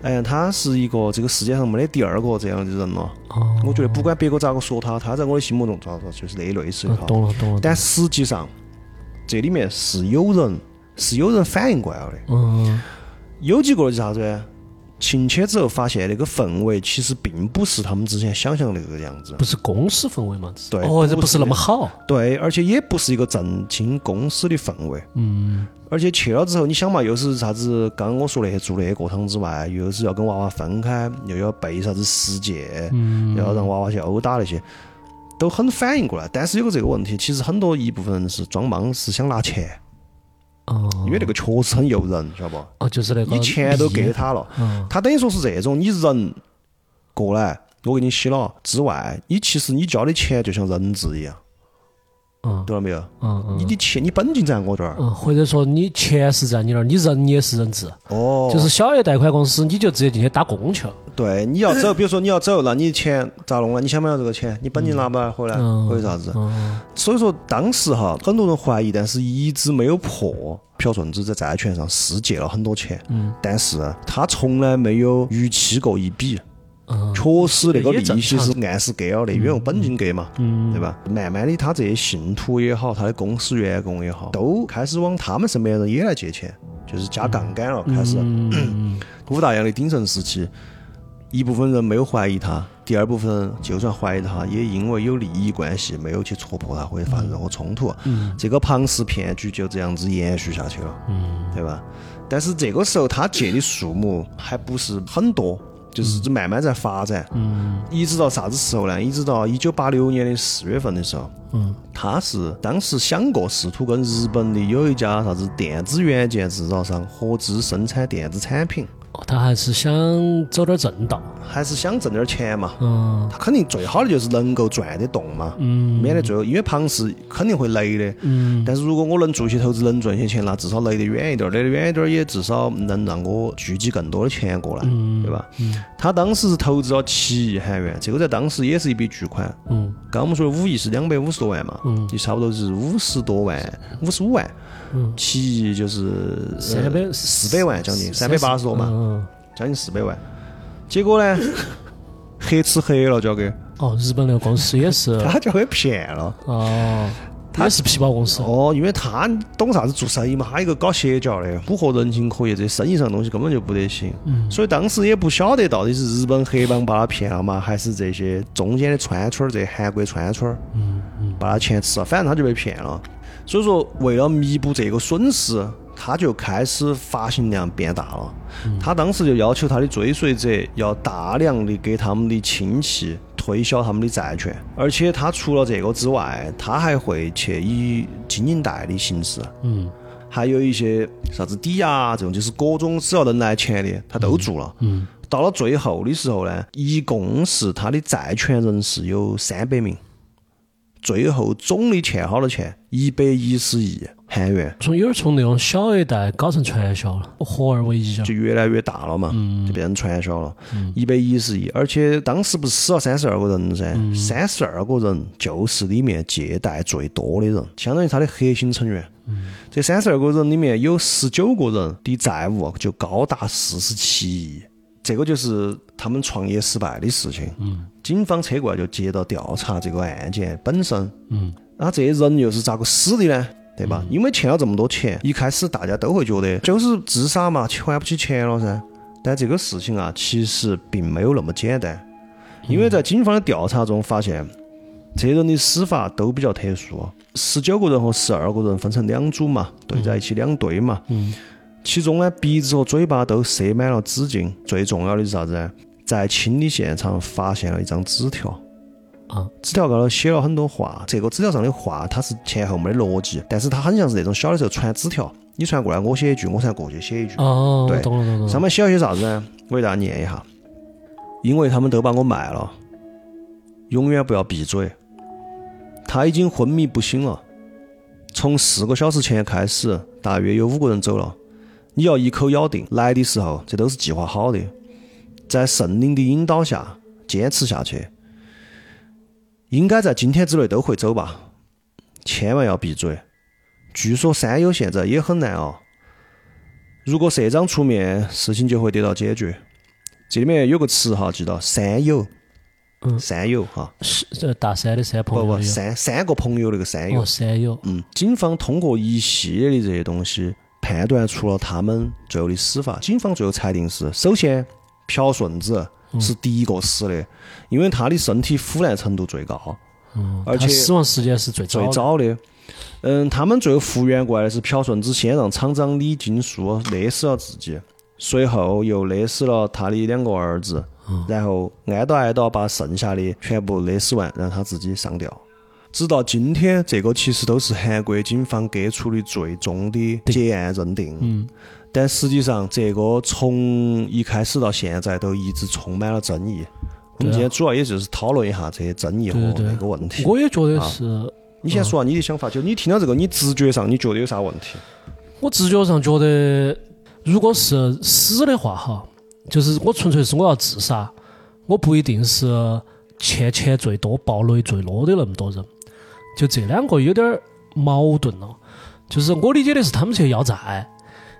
Speaker 1: 哎呀，他是一个这个世界上没得第二个这样的人了。
Speaker 2: 哦，
Speaker 1: 我觉得不管别个咋个说他，他在我的心目中咋说就是那一类似的哈。
Speaker 2: 嗯懂了懂了。
Speaker 1: 但实际上，这里面是有人是有人反应过来了的，
Speaker 2: 嗯
Speaker 1: 有几个是啥子呢？进去之后发现那个氛围其实并不是他们之前想象的那个样子，
Speaker 2: 不是公司氛围嘛？
Speaker 1: 对
Speaker 2: 哦，这
Speaker 1: 不
Speaker 2: 不是那么好。
Speaker 1: 对，而且也不是一个正经公司的氛围。
Speaker 2: 嗯
Speaker 1: 而且去了之后，你想嘛，又是啥子？刚刚我说那些做那些过堂之外，又是要跟娃娃分开，又要背啥子实践，
Speaker 2: 嗯
Speaker 1: 要让娃娃去殴打那些，都很反应过来。但是有个这个问题，其实很多一部分人是装莽，是想拿钱，
Speaker 2: 哦
Speaker 1: 因为那个确实很诱人，晓得不？
Speaker 2: 哦，就是那个
Speaker 1: 你钱都给
Speaker 2: 利益。
Speaker 1: 他了，
Speaker 2: 嗯
Speaker 1: 他等于说是这种，你人过来，我给你洗脑之外，你其实你交的钱就像人质一样，
Speaker 2: 嗯
Speaker 1: 懂了没有？
Speaker 2: 嗯嗯
Speaker 1: 你的钱，你本金在我这儿。
Speaker 2: 嗯，或者说你钱是在你那儿，你人也是人质，
Speaker 1: 哦，
Speaker 2: 就是小额贷款公司，你就直接进去打工去了。
Speaker 1: 对，你要走，比如说你要走，那你钱咋弄呢？啊你想不想这个钱？你本金拿不拿回来？
Speaker 2: 嗯
Speaker 1: 或者啥子？
Speaker 2: 嗯
Speaker 1: 所以说当时哈，很多人怀疑，但是一直没有破。朴顺子在债权上是借了很多钱，
Speaker 2: 嗯
Speaker 1: 但是啊他从来没有逾期过一笔，
Speaker 2: 嗯
Speaker 1: 确实那个
Speaker 2: 也
Speaker 1: 利
Speaker 2: 正
Speaker 1: 息
Speaker 2: 常
Speaker 1: 是按时给了的，因为用本金给嘛。
Speaker 2: 嗯
Speaker 1: 对吧？慢慢的，他这些信徒也好，他的公司员工也好，都开始往他们身边的人也来借钱，就是加杠杆了。开始
Speaker 2: 嗯
Speaker 1: *clears throat* 武大阳的鼎盛时期，一部分人没有怀疑他，第二部分人就算怀疑他，也因为有利益关系没有去戳破他或者发生任何冲突。啊
Speaker 2: 嗯
Speaker 1: 这个庞氏骗局就这样子延续下去了。
Speaker 2: 嗯
Speaker 1: 对吧？但是这个时候他借的数目还不是很多，就是慢慢在发展，
Speaker 2: 嗯
Speaker 1: 一直到啥子时候呢？一直到一九八六年的四月份的时候，
Speaker 2: 嗯
Speaker 1: 他是当时想过试图跟日本的有一家啥子电子元件制造商合资生产电子产品，
Speaker 2: 哦他还是想走点正道。
Speaker 1: 还是想挣点钱嘛。
Speaker 2: 嗯
Speaker 1: 他肯定最好的就是能够赚得动嘛，
Speaker 2: 嗯
Speaker 1: 免得最后因为庞氏肯定会雷的。
Speaker 2: 嗯
Speaker 1: 但是如果我能做一些投资，能赚些钱，那至少离得远一点，儿，离得远一点儿也至少能让我聚集更多的钱过来，
Speaker 2: 嗯
Speaker 1: 对吧？他当时是投资了七亿韩元，这个在当时也是一笔巨款。
Speaker 2: 嗯
Speaker 1: 刚刚我们说的五亿是两百五十多万嘛，
Speaker 2: 嗯
Speaker 1: 就差不多是五十多万，五十五万，
Speaker 2: 嗯，
Speaker 1: 七亿就是呃
Speaker 2: 三百
Speaker 1: 四百万将近三百八十多嘛，
Speaker 2: 嗯
Speaker 1: 将近四百万。结果呢， *laughs* 黑吃黑了，交给
Speaker 2: 哦，日本那个公司也是
Speaker 1: 他交给骗了。
Speaker 2: 嗯哦，也是皮包公司。
Speaker 1: 哦，因为他懂啥子做生意嘛，他一个搞邪教的，蛊惑人心可以，这生意上的东西根本就不得行。
Speaker 2: 嗯
Speaker 1: 所以当时也不晓得到底是日本黑帮把他骗了嘛，还是这些中间的川村儿，这韩国川村儿
Speaker 2: 嗯嗯
Speaker 1: 把他钱吃了，反正他就被骗了。所以说，为了弥补这个损失，他就开始发行量变大了。
Speaker 2: 嗯
Speaker 1: 他当时就要求他的追随者要大量的给他们的亲戚推销他们的债券，而且他除了这个之外，他还会去以经营贷的形式，
Speaker 2: 嗯
Speaker 1: 还有一些啥子抵押啊这种，就是各种只要能来钱的，他都做了。
Speaker 2: 嗯
Speaker 1: 到了最后的时候呢，一共是他的债权人是有三百名，最后总的欠好的钱一百一十亿韩元，
Speaker 2: 从有点从那种小额贷搞成传销了，合二为一啊。
Speaker 1: 就越来越大了嘛，就变成传销了，一百一十亿。而且当时不是死了三十二个人噻，三十二个人就是里面借贷最多的人，相当于他的核心成员。这三十二个人里面有十九个人的债务啊就高达四十七亿，这个就是他们创业失败的事情。嗯，警方车过来就接到调查这个案件本身。
Speaker 2: 嗯，
Speaker 1: 那这些人又是咋个死的呢？对吧？因为欠了这么多钱，一开始大家都会觉得就是自杀嘛，还不起钱了噻。但这个事情啊，其实并没有那么简单，因为在警方的调查中发现，这些人的死法都比较特殊。十九个人和十二个人分成两组嘛，对在一起两队嘛。
Speaker 2: 嗯
Speaker 1: 其中呢，鼻子和嘴巴都塞满了纸巾。最重要的是啥子呢？在清理现场发现了一张纸条，
Speaker 2: 啊
Speaker 1: 纸条高头写了很多话。这个纸条上的话，它是前后没得逻辑，但是它很像是那种小的时候传纸条，你传过来我写一句，我传过去写一句。
Speaker 2: 哦，
Speaker 1: 对
Speaker 2: 我懂了懂了懂
Speaker 1: 上
Speaker 2: 了。
Speaker 1: 面写了些啥子呢？我给大家念一下：因为他们都把我卖了，永远不要闭嘴。他已经昏迷不醒了，从四个小时前开始，大约有五个人走了。你要一口咬定，来的时候这都是计划好的，在圣灵的引导下坚持下去。应该在今天之内都会走吧，千万要闭嘴。据说三友现在也很难哦熬，如果社长出面，事情就会得到解决。这里面有个词哈，记到山友，
Speaker 2: 嗯
Speaker 1: 山友哈，
Speaker 2: 是这大山的山朋
Speaker 1: 不
Speaker 2: 友
Speaker 1: 不，
Speaker 2: 的
Speaker 1: 三三个朋友那个山
Speaker 2: 友，
Speaker 1: 友
Speaker 2: 哦，，山友。
Speaker 1: 嗯，警方通过一系列的这些东西，判断出了他们最后的死法。警方最后裁定是，首先朴顺子
Speaker 2: 嗯
Speaker 1: 是第一个死的，因为他的身体腐烂程度最高，
Speaker 2: 嗯，
Speaker 1: 而
Speaker 2: 他
Speaker 1: 且
Speaker 2: 死亡时间是最
Speaker 1: 最
Speaker 2: 早的。
Speaker 1: 早的。嗯，他们最后复原过来的是朴顺子先让厂长李金树勒死了自己，随后又勒死了他的两个儿子，
Speaker 2: 嗯
Speaker 1: 然后挨到挨到把剩下的全部勒死完，让他自己上吊。直到今天，这个其实都是韩国警方给出的最终的结案认定。
Speaker 2: 嗯
Speaker 1: 但实际上，这个从一开始到现在都一直充满了争议。我
Speaker 2: 对
Speaker 1: 们
Speaker 2: 啊
Speaker 1: 今天主要也就是讨论一下这些争议和
Speaker 2: 对对对
Speaker 1: 那个问题。
Speaker 2: 我也觉得是，
Speaker 1: 你先说下啊你的想法，就你听到这个，你直觉上你觉得有啥问题？
Speaker 2: 我直觉上觉得，如果是死的话，哈，就是我纯粹是我要自杀，我不一定是欠钱最多、暴雷最多的那么多人，就这两个有点儿矛盾了。就是我理解的是，他们去要债，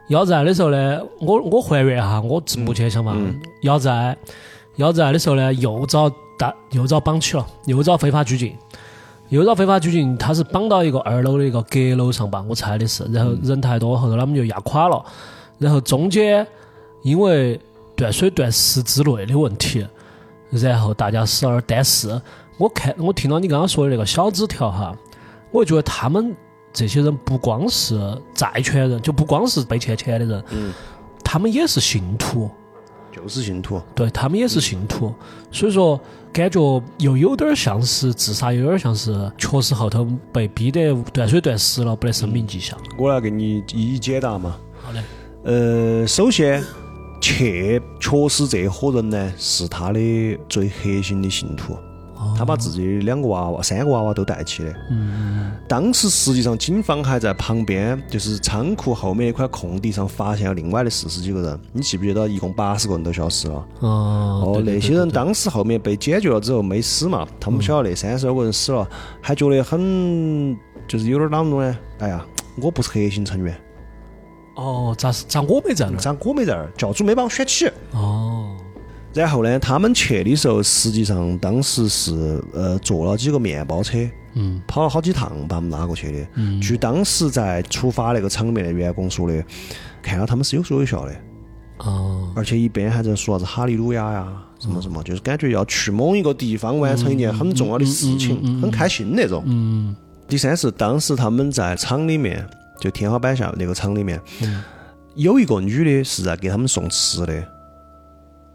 Speaker 2: 要债的时候呢，我我还原一下我自目前想法，要债，要债的时候呢，又遭打，又遭绑起了，又遭非法拘禁。又遭非法拘禁，他是绑到一个二楼的一个阁楼上吧，我猜的是。然后人太多，后头他们就压垮了。然后中间因为断水断食之类的问题，然后大家死而但是，我看我听到你刚刚说的那个小纸条哈，我觉得他们这些人不光是债权人，就不光是被欠钱的人，
Speaker 1: 嗯
Speaker 2: 他们也是信徒。
Speaker 1: 就是信徒，啊
Speaker 2: 对他们也是信徒，所以说感觉又有点儿像是自杀，又有点儿像是确实后头被逼得断水断食了，没得生命迹象。
Speaker 1: 我来给你一一解答嘛。
Speaker 2: 好嘞，
Speaker 1: 呃，首先，切，确实这伙人呢是他的最核心的信徒，啊
Speaker 2: 哦
Speaker 1: 他把自己两个娃娃、三个娃娃都带起的。
Speaker 2: 嗯，
Speaker 1: 当时实际上，警方还在旁边，就是仓库后面一块空地上发现了另外的四十几个人。你记不记得，一共八十个人都消失了？
Speaker 2: 哦
Speaker 1: 哦，，
Speaker 2: 对
Speaker 1: 那些人，当时后面被解决了之后没死嘛，他们不晓得那三十多个人死了，还觉得很就是有点啷种呢？哎呀，我不是核心成员，
Speaker 2: 对对哦，咋是咋我没在那儿？
Speaker 1: 咋我没在那儿？教主没把我选起。
Speaker 2: 哦，
Speaker 1: 然后呢，他们去的时候，实际上当时是呃坐了几个面包车，
Speaker 2: 嗯，
Speaker 1: 跑了好几趟把他们拉过去的。
Speaker 2: 嗯
Speaker 1: 据当时在出发那个场面的员工说的，看到他们是有说有笑的，
Speaker 2: 哦，
Speaker 1: 而且一边还在说啥子哈利路亚呀，什么什么，就是感觉要去某一个地方完成一件很重要的事情，很开心那种。
Speaker 2: 嗯
Speaker 1: 第三是当时他们在厂里面，就天花板下那个厂里面，
Speaker 2: 嗯
Speaker 1: 有一个女的是在给他们送吃的，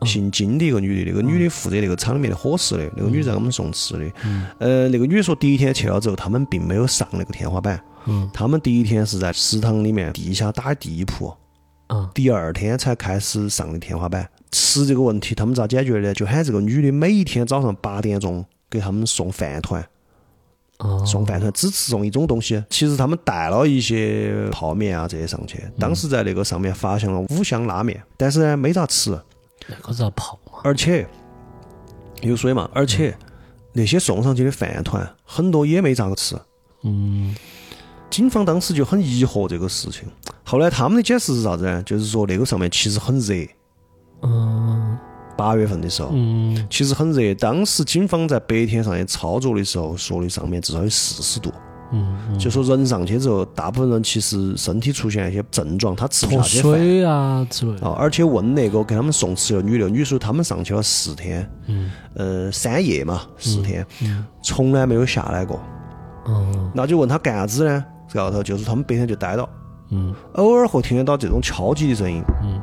Speaker 2: 哦
Speaker 1: 姓金的一个女的，那个女的负责那个厂里面的伙食的，那个女的在给我们送吃的。
Speaker 2: 嗯
Speaker 1: 呃，那个女的说第一天去了之后，他们并没有上那个天花板，
Speaker 2: 嗯
Speaker 1: 他们第一天是在食堂里面地下打地铺，
Speaker 2: 啊，
Speaker 1: 第二天才开始上的天花板。吃这个问题，他们咋解决的呢？就喊这个女的每一天早上八点钟给他们送饭团，嗯
Speaker 2: 哦，
Speaker 1: 送饭团只吃送一种东西。其实他们带了一些泡面啊这些上去，当时在那个上面发现了五香拉面，但是呢没咋吃，
Speaker 2: 那个是要泡嘛？
Speaker 1: 而且有水嘛，而且那些送上去的饭团很多也没咋个吃。
Speaker 2: 嗯
Speaker 1: 警方当时就很疑惑这个事情。后来他们的解释是啥子呢？就是说那个上面其实很热，
Speaker 2: 嗯
Speaker 1: 八月份的时候。
Speaker 2: 嗯，
Speaker 1: 其实很热，当时警方在白天上去操作的时候，说的上面至少有四十度，
Speaker 2: 嗯，
Speaker 1: 就说人上去之后，大部分人其实身体出现一些症状，他吃不
Speaker 2: 脱
Speaker 1: 下去饭。
Speaker 2: 水啊之类的。
Speaker 1: 啊，而且问那个给他们送吃的女的，女的说他们上去了四天，
Speaker 2: 嗯
Speaker 1: 呃，三夜嘛，四天，
Speaker 2: 嗯
Speaker 1: 从来没有下来过。
Speaker 2: 嗯
Speaker 1: 那就问他干啥子呢？这个头就是他们白天就待到，
Speaker 2: 嗯
Speaker 1: 偶尔会听得到这种敲击的声音，
Speaker 2: 嗯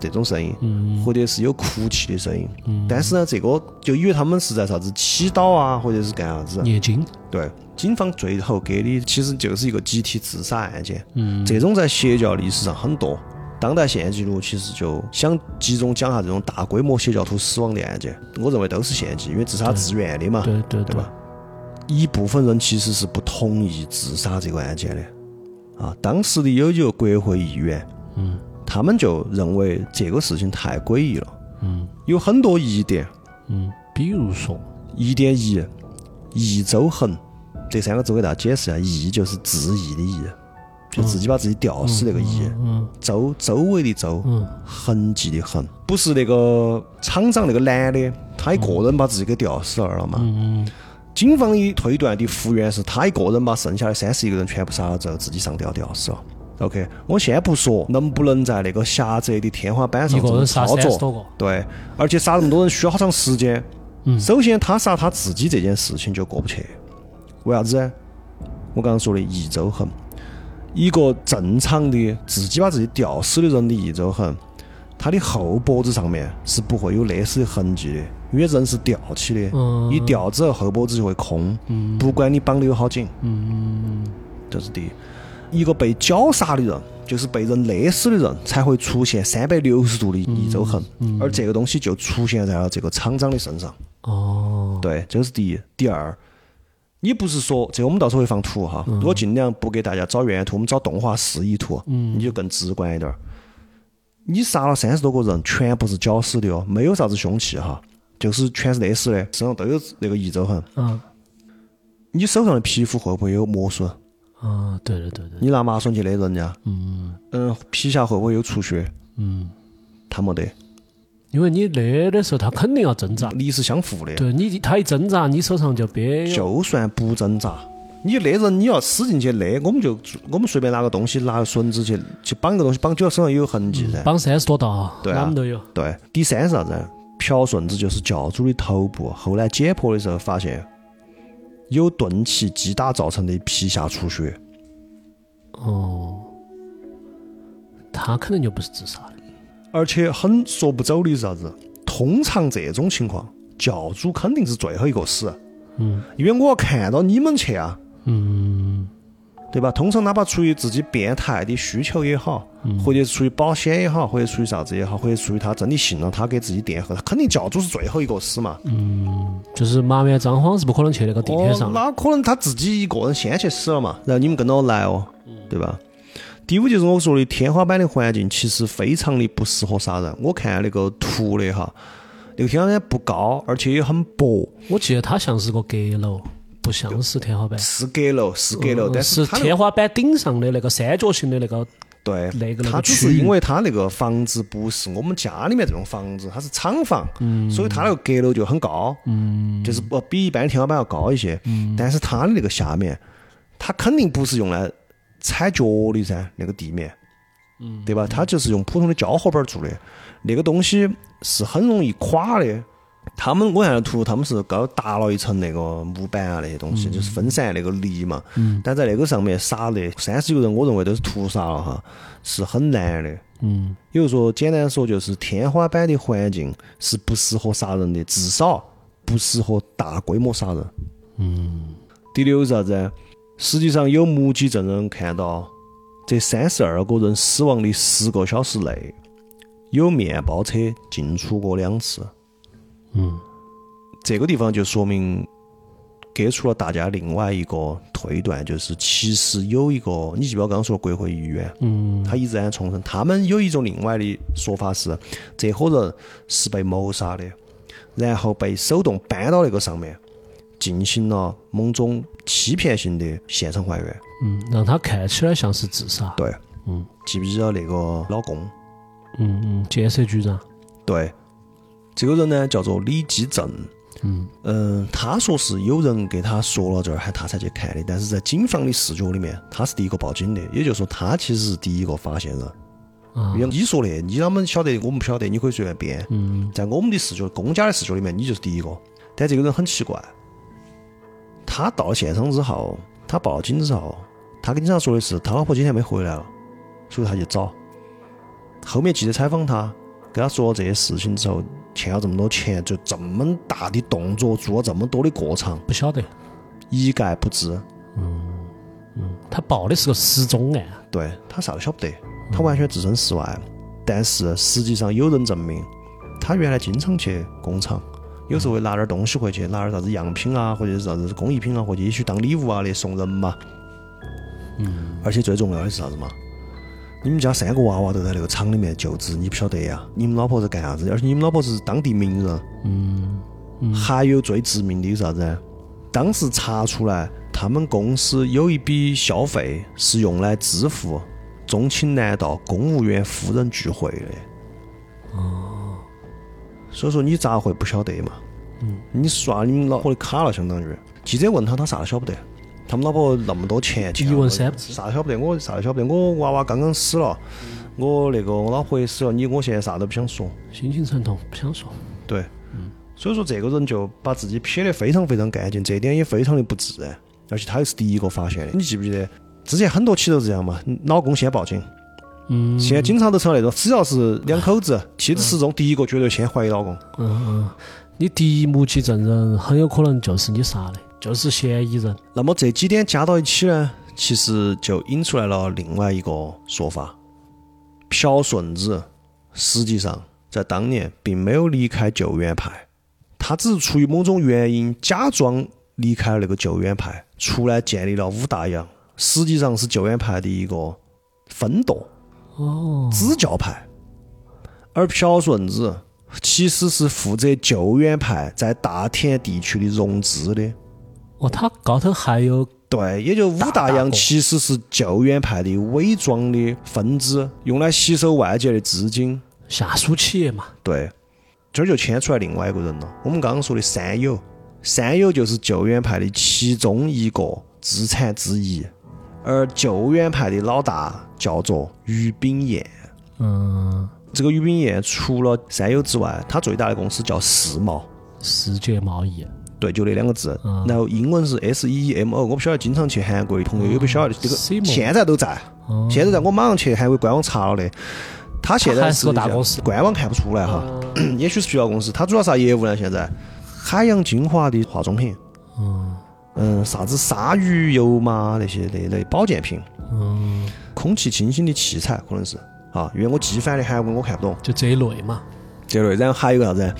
Speaker 1: 这种声音，
Speaker 2: 嗯
Speaker 1: 或者是有哭泣的声音。
Speaker 2: 嗯，
Speaker 1: 但是呢，这个就以为他们是在啥子祈祷啊，或者是干啥子。
Speaker 2: 念经。
Speaker 1: 对，警方最后给的其实就是一个集体自杀案件，
Speaker 2: 嗯
Speaker 1: 这种在邪教历史上很多。当代现纪录其实就想集中讲下这种大规模邪教徒死亡的案件，我认为都是献祭，因为自杀自愿的嘛，
Speaker 2: 对对
Speaker 1: 对吧？一部分人其实是不同意自杀这个案件的，啊，当时的有几个国会议员，
Speaker 2: 嗯
Speaker 1: 他们就认为这个事情太诡异了，
Speaker 2: 嗯
Speaker 1: 有很多疑点，
Speaker 2: 嗯，比如说，
Speaker 1: 疑点一，疑周恒，这三个字我给大家解释一下，疑就是自缢的疑，就自己把自己吊死那个疑，
Speaker 2: 嗯
Speaker 1: 周周围的周，
Speaker 2: 嗯
Speaker 1: 痕迹的痕，不是那个厂长那个男的，他一个人把自己给吊死那儿了嘛？
Speaker 2: 嗯
Speaker 1: 警方一推断的复原是他一个人把剩下的三十一个人全部杀了之后，自己上吊吊死了。OK，我先不说能不能在那个狭窄的天花板
Speaker 2: 一
Speaker 1: 上这
Speaker 2: 个
Speaker 1: 么
Speaker 2: 人杀
Speaker 1: 操
Speaker 2: 三
Speaker 1: 作
Speaker 2: 十，多个，
Speaker 1: 对，而且杀那么多人需要好长时间。
Speaker 2: 嗯
Speaker 1: 首先他杀他自己这件事情就过不去，为啥子呢？我刚刚说的一周痕，一个正常的自己把自己吊死的人的一周痕，他的后脖子上面是不会有勒死的痕迹的，因为人是吊起的，
Speaker 2: 嗯
Speaker 1: 一吊之后后脖子就会空，
Speaker 2: 嗯
Speaker 1: 不管你绑得有好紧，
Speaker 2: 嗯
Speaker 1: 这是第一。一个被绞杀的人，就是被人勒死的人，才会出现三百六十度的一周痕，而这个东西就出现在了这个厂长的身上。
Speaker 2: 哦，
Speaker 1: 对，这是第一。第二，你不是说这个，我们到时候会放图哈。我尽量不给大家找原图，我们找动画示意图，你就更直观一点儿。你杀了三十多个人，全部是绞死的哦，没有啥子凶器哈，就是全是勒死的，身上都有那个一周痕。
Speaker 2: 嗯
Speaker 1: 你手上的皮肤会不会有磨损？
Speaker 2: 嗯，对对对对，
Speaker 1: 你拿麻绳去勒人家，
Speaker 2: 嗯
Speaker 1: 嗯，皮下会不会有出血？
Speaker 2: 嗯，
Speaker 1: 他没得，
Speaker 2: 因为你勒的时候，他肯定要挣扎，
Speaker 1: 力是相互的。
Speaker 2: 对你他一挣扎，你手上就别有，
Speaker 1: 就算不挣扎，你勒人你要使劲去勒，我们就我们随便拿个东西，拿个绳子去去绑个东西，绑久了身上也有痕迹噻。
Speaker 2: 绑三十多道啊，
Speaker 1: 对啊
Speaker 2: 哪们都有，
Speaker 1: 对，第三是啥子？朴顺子就是教主的头部，后来解剖的时候发现有钝器击打造成的皮下出血。
Speaker 2: 哦，他肯定就不是自杀的，
Speaker 1: 而且很说不走的是啥子？通常这种情况，教主肯定是最后一个死，啊
Speaker 2: 嗯
Speaker 1: 因为我要看到你们去啊，
Speaker 2: 嗯
Speaker 1: 对吧？通常哪怕出于自己变态的需求也好，
Speaker 2: 嗯
Speaker 1: 或者出于保险也好，或者出于啥子也好，或者出于他真的信了他给自己垫后，他肯定教主是最后一个死嘛。
Speaker 2: 嗯，就是麻原张晃是不可能去那个地铁上
Speaker 1: 哦，
Speaker 2: 的，
Speaker 1: 那可能他自己一个人先去死了嘛，然后你们跟到来哦，
Speaker 2: 嗯
Speaker 1: 对吧？第五就是我说的天花板的环境，其实非常的不适合杀人。我看那个图的哈，那个天花板不高，而且也很薄，
Speaker 2: 我记得他像是个阁楼，不像是天花板。
Speaker 1: 是阁楼，是阁楼，
Speaker 2: 嗯
Speaker 1: 但
Speaker 2: 是
Speaker 1: 它那个
Speaker 2: 天花板顶上的那个三角形的那个，
Speaker 1: 对，
Speaker 2: 那个那
Speaker 1: 它
Speaker 2: 个
Speaker 1: 只
Speaker 2: 区
Speaker 1: 是
Speaker 2: 域
Speaker 1: 因为它那个房子不是我们家里面这种房子，它是厂房，
Speaker 2: 嗯
Speaker 1: 所以它那个阁楼就很高，就是不比一般的天花板要高一些，
Speaker 2: 嗯
Speaker 1: 但是它的那个下面，它肯定不是用来踩脚的噻，那个地面，对吧？它就是用普通的胶合板做的，那个东西是很容易垮的。他们我看了图，他们是高搭了一层那个木板啊那些东西，就是分散那个力嘛。但在那个上面杀的三十几个人，我认为都是屠杀了哈，是很难的。
Speaker 2: 嗯，
Speaker 1: 也就是说，简单说就是天花板的环境是不适合杀人的，至少不适合大规模杀人。嗯，第六是啥子？实际上有目击证人看到这三十二个人死亡的十个小时内，有面包车进出过两次。嗯，这个地方就说明给出了大家另外一个推断，就是其实有一个，你记不记得我刚刚说国会议员？嗯，他一直在重申，他们有一种另外的说法是，这伙人是被谋杀的，然后被手动搬到那个上面，进行了某种欺骗性的现场还原。
Speaker 2: 嗯，让他看起来像是自杀。
Speaker 1: 对，嗯，记不记得那个老公？
Speaker 2: 嗯嗯，建设局长。
Speaker 1: 对，这个人呢叫做李基正。嗯他说是有人给他说了这儿，还他才去看的。但是在警方的视角里面，他是第一个报警的，也就是说，他其实是第一个发现人。
Speaker 2: 啊
Speaker 1: 因为你说的，你啷们晓得，我们不晓得，你可以随便编。
Speaker 2: 嗯
Speaker 1: 在我们的视角，公家的视角里面，你就是第一个。但这个人很奇怪，他到了现场之后，他报了警之后，他跟警察说的是他老婆今天没回来了，所以他去找。后面记者采访他，跟他说了这些事情之后，欠了这么多钱，就这么大的动作，做了这么多的过场，
Speaker 2: 不晓得。
Speaker 1: 一概不知。
Speaker 2: 他报的是个失踪案。
Speaker 1: 对他啥都晓不得，他完全置身事外。但是实际上有人证明，他原来经常去工厂，有时候会拿点儿东西回去，拿点儿啥子样品啊，或者是啥子工艺品啊，或者也许当礼物啊来送人嘛。嗯。而且最重要的是啥子嘛？你们家三个娃娃都在那个厂里面就职，你不晓得呀？你们老婆是干啥子？而且你们老婆是当地名人。嗯。还有最致命的是啥子？当时查出来，他们公司有一笔消费是用来支付中青南道公务员夫人聚会的。哦，所以说你咋会不晓得嘛？哦嗯，你刷你们老婆的卡了，相当于记者问他，他啥都晓不得。他们老婆那么多钱，欠
Speaker 2: 一问
Speaker 1: 了
Speaker 2: 三不知
Speaker 1: 啥都晓不得，我啥都晓不得。我娃娃刚刚死了，我那个我老婆也死了，你我现在啥都不想说。
Speaker 2: 心情沉痛，不想说。
Speaker 1: 对，所以说这个人就把自己撇得非常非常干净，这点也非常的不自然，而且他又是第一个发现的。你记不记得之前很多起都是这样嘛？老公先报警，
Speaker 2: 嗯
Speaker 1: 现在经常都成了那种，只要是两口子妻子失踪，第一个绝对先怀疑老公。
Speaker 2: 嗯嗯，你第一目击证人很有可能就是你杀的，就是嫌疑人。
Speaker 1: 那么这几点加到一起呢，其实就引出来了另外一个说法：朴顺子实际上在当年并没有离开救援派，他只是出于某种原因假装离开了那个救援派，出来建立了五大洋，实际上是救援派的一个分舵
Speaker 2: 哦，
Speaker 1: 支教派。而朴顺子其实是负责救援派在大田地区的融资的。
Speaker 2: 哦，它高头还有
Speaker 1: 对，也就五大
Speaker 2: 大
Speaker 1: 洋
Speaker 2: 国
Speaker 1: 其实是救援派的伪装的分支，用来吸收外界的资金。
Speaker 2: 下属企业嘛，
Speaker 1: 对，这儿就牵出来另外一个人了。我们刚刚说的三友，三友就是救援派的其中一个资产之一，而救援派的老大叫做于炳彦。
Speaker 2: 嗯，
Speaker 1: 这个于炳彦除了三友之外，他最大的公司叫世贸，
Speaker 2: 世界贸易，
Speaker 1: 对，就那两个字。
Speaker 2: 嗯
Speaker 1: 然后英文是 S E M O，我不晓得，经常去韩国的朋友有没有晓得这个？
Speaker 2: Simo
Speaker 1: 现在都在，
Speaker 2: 哦
Speaker 1: 现在在我马上去韩国官网查了的。他现在
Speaker 2: 它还是个大公司啊
Speaker 1: 官网看不出来哈， *clears throat* 也许是渠道公司。它主要啥业务呢？现在海洋精华的化妆品，
Speaker 2: 嗯
Speaker 1: 嗯，啥子鲨鱼油嘛那些那类保健品，
Speaker 2: 嗯，
Speaker 1: 空气清新的器材可能是啊，因为我机翻的韩文我看不懂
Speaker 2: 就这一类嘛，
Speaker 1: 这类。然后还有个啥子？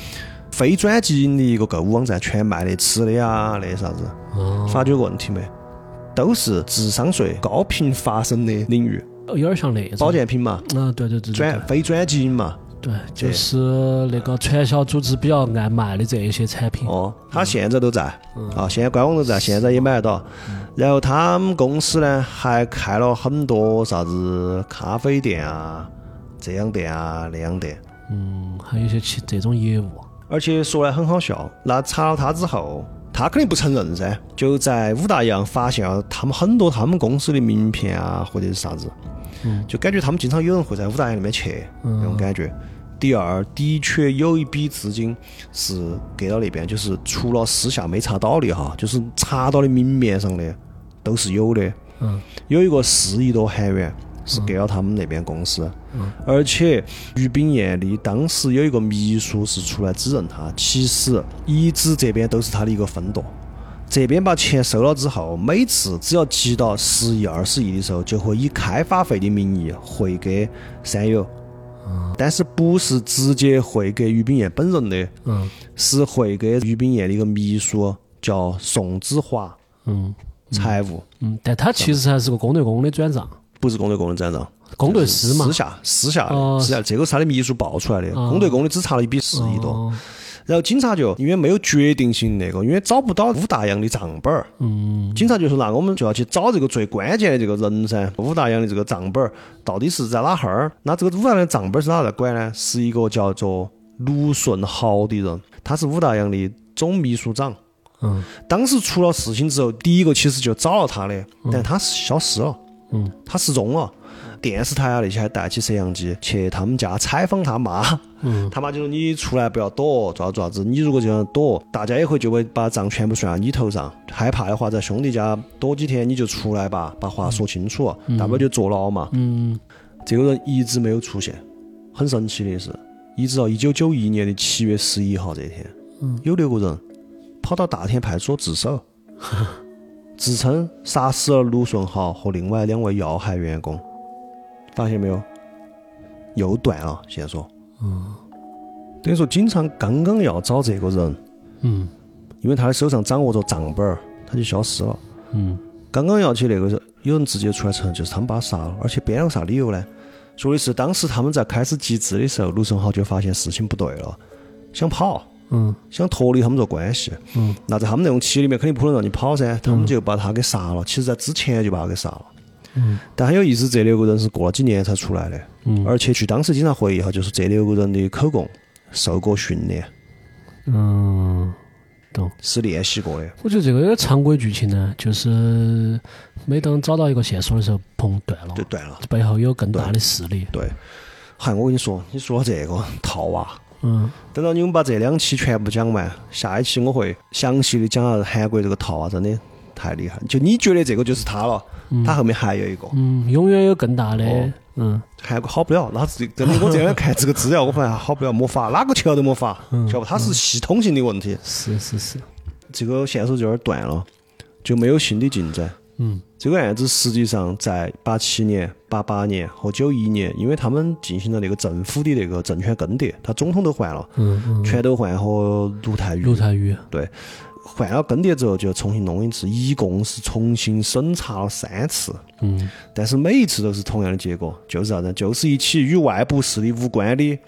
Speaker 1: 非转基因的一个购物网站，全卖的吃的呀，那啥子，
Speaker 2: 嗯，
Speaker 1: 发觉有个问题没？都是智商税高频发生的领域，
Speaker 2: 有点像那种
Speaker 1: 保，健品嘛，
Speaker 2: 啊，对对对对
Speaker 1: 转非转基因嘛，
Speaker 2: 对，对就是那个传销组织比较爱卖的这一些产品，
Speaker 1: 哦，他现在都在啊，现在官网都在，现在也买得到。然后他们公司呢还开了很多啥子咖啡店啊、这样店啊、那样店，
Speaker 2: 嗯，还有一些其这种业务，
Speaker 1: 而且说来很好笑，那查了他之后，他肯定不承认噻，就在五大洋发现了他们很多他们公司的名片啊，或者是啥子，
Speaker 2: 嗯
Speaker 1: 就感觉他们经常有人会在五大洋那边去那种感觉。第二，的确有一笔资金是给到那边，就是除了私下没查到的哈，就是查到的明面上的都是有的。
Speaker 2: 嗯，
Speaker 1: 有一个四亿多韩元是给了他们那边公司，而且于炳彦的当时有一个秘书是出来指认他，其实一直这边都是他的一个分舵。这边把钱收了之后，每次只要集到十亿、二十亿的时候，就会以开发费的名义汇给三友，但是不是直接汇给于炳彦本人的，
Speaker 2: 嗯
Speaker 1: 是汇给于炳彦的一个秘书叫宋子华，
Speaker 2: 嗯
Speaker 1: 财务
Speaker 2: 嗯，但它其实还是个公对公的转账，
Speaker 1: 不是公对公的转账，
Speaker 2: 公对私嘛
Speaker 1: 私，下私下的
Speaker 2: 哦
Speaker 1: 私下的，这个是他的秘书报出来的，公对公的只查了一笔十亿多，
Speaker 2: 哦，
Speaker 1: 然后警察就因为没有决定性那个，因为找不到武大洋的账本儿，
Speaker 2: 嗯
Speaker 1: 警察就说那我们就要去找这个最关键的这个人噻，武大洋的这个账本儿到底是在哪哈儿？那这个武大洋的账本儿是哪在管呢？是一个叫做卢顺豪的人，他是武大洋的总秘书长。
Speaker 2: 嗯
Speaker 1: 当时出了事情之后，第一个其实就找了他的，但他消失了，
Speaker 2: 嗯，
Speaker 1: 他失踪了。电视台啊那些还带起摄像机去他们家采访他妈，
Speaker 2: 嗯，
Speaker 1: 他妈就说你出来不要躲，抓子抓子，你如果这样躲，大家也会就会把账全部算到你头上。害怕的话，在兄弟家躲几天，你就出来吧，把话说清楚，啊大不了就坐牢嘛。
Speaker 2: 嗯
Speaker 1: 这个人一直没有出现，很神奇的是，一直到一九九一年的七月十一号这一天，
Speaker 2: 嗯
Speaker 1: 有六个人跑到大田派出所自首，自称杀死了卢顺豪和另外两位要害员工，发现没有？又断了线索。嗯，等于说警察刚刚要找这个人，
Speaker 2: 嗯
Speaker 1: 因为他的手上掌握着账本儿，他就消失了。
Speaker 2: 嗯
Speaker 1: 刚刚要去那个时候，有人直接出来承认就是他们把他杀了，而且编了个啥理由呢？说的是当时他们在开始集资的时候，卢胜豪就发现事情不对了，想跑，
Speaker 2: 嗯
Speaker 1: 想脱离他们这关系。
Speaker 2: 嗯，
Speaker 1: 那在他们那种企业里面，肯定不可能让你跑噻，他们就把他给杀了。其实，在之前就把他给杀了。
Speaker 2: 嗯，
Speaker 1: 但很有意思，这六个人是过了几年才出来的，
Speaker 2: 嗯
Speaker 1: 而且据当时警察回忆哈，就是这六个人的口供受过训练，
Speaker 2: 嗯。
Speaker 1: 是练习过的。
Speaker 2: 我觉得这个有点常规剧情呢，就是每当找到一个线索的时候，砰断了
Speaker 1: 就，断了。
Speaker 2: 背后有更大的势力。
Speaker 1: 对，嗨，我跟你说，你说到这个啊套娃、
Speaker 2: 嗯
Speaker 1: 等到你们把这两期全部讲完，下一期我会详细的讲下韩国这个套啊，真的太厉害了。就你觉得这个就是他了，他后面还有一个
Speaker 2: 嗯，永远有更大的
Speaker 1: 哦
Speaker 2: 嗯
Speaker 1: 韩国好不了，那是真的。我这两天看这个资料，我发现好不了，没法，哪个桥都没法，晓得不？它是系统性的问题，
Speaker 2: 是是是
Speaker 1: 这个线索就有点断了，就没有新的进展。
Speaker 2: 嗯
Speaker 1: 这个案子实际上在八七年、八八年和九一年，因为他们进行了那个政府的那个政权更迭，他总统都换了，
Speaker 2: 嗯嗯，
Speaker 1: 全都换和卢泰愚
Speaker 2: 陆太宇
Speaker 1: 对，换了更迭之后就重新弄一次，一共是重新审查了三次，
Speaker 2: 嗯，
Speaker 1: 但是每一次都是同样的结果，就是啥子？就是一起与外部势力无关的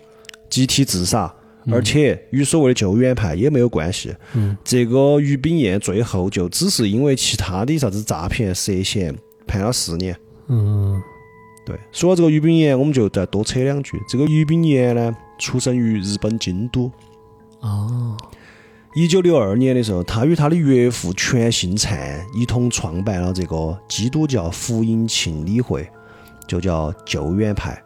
Speaker 1: 集体自杀，而且与所谓的救援派也没有关系。
Speaker 2: 嗯，
Speaker 1: 这个于炳彦最后就只是因为其他的啥子诈骗涉嫌判了四年。
Speaker 2: 嗯，
Speaker 1: 对，说到这个于炳彦，我们就再多扯两句。这个于炳彦呢，出生于日本京都，
Speaker 2: 哦，
Speaker 1: 一九六二年的时候，他与他的岳父全信灿一同创办了这个基督教福音庆理会，就叫救援派。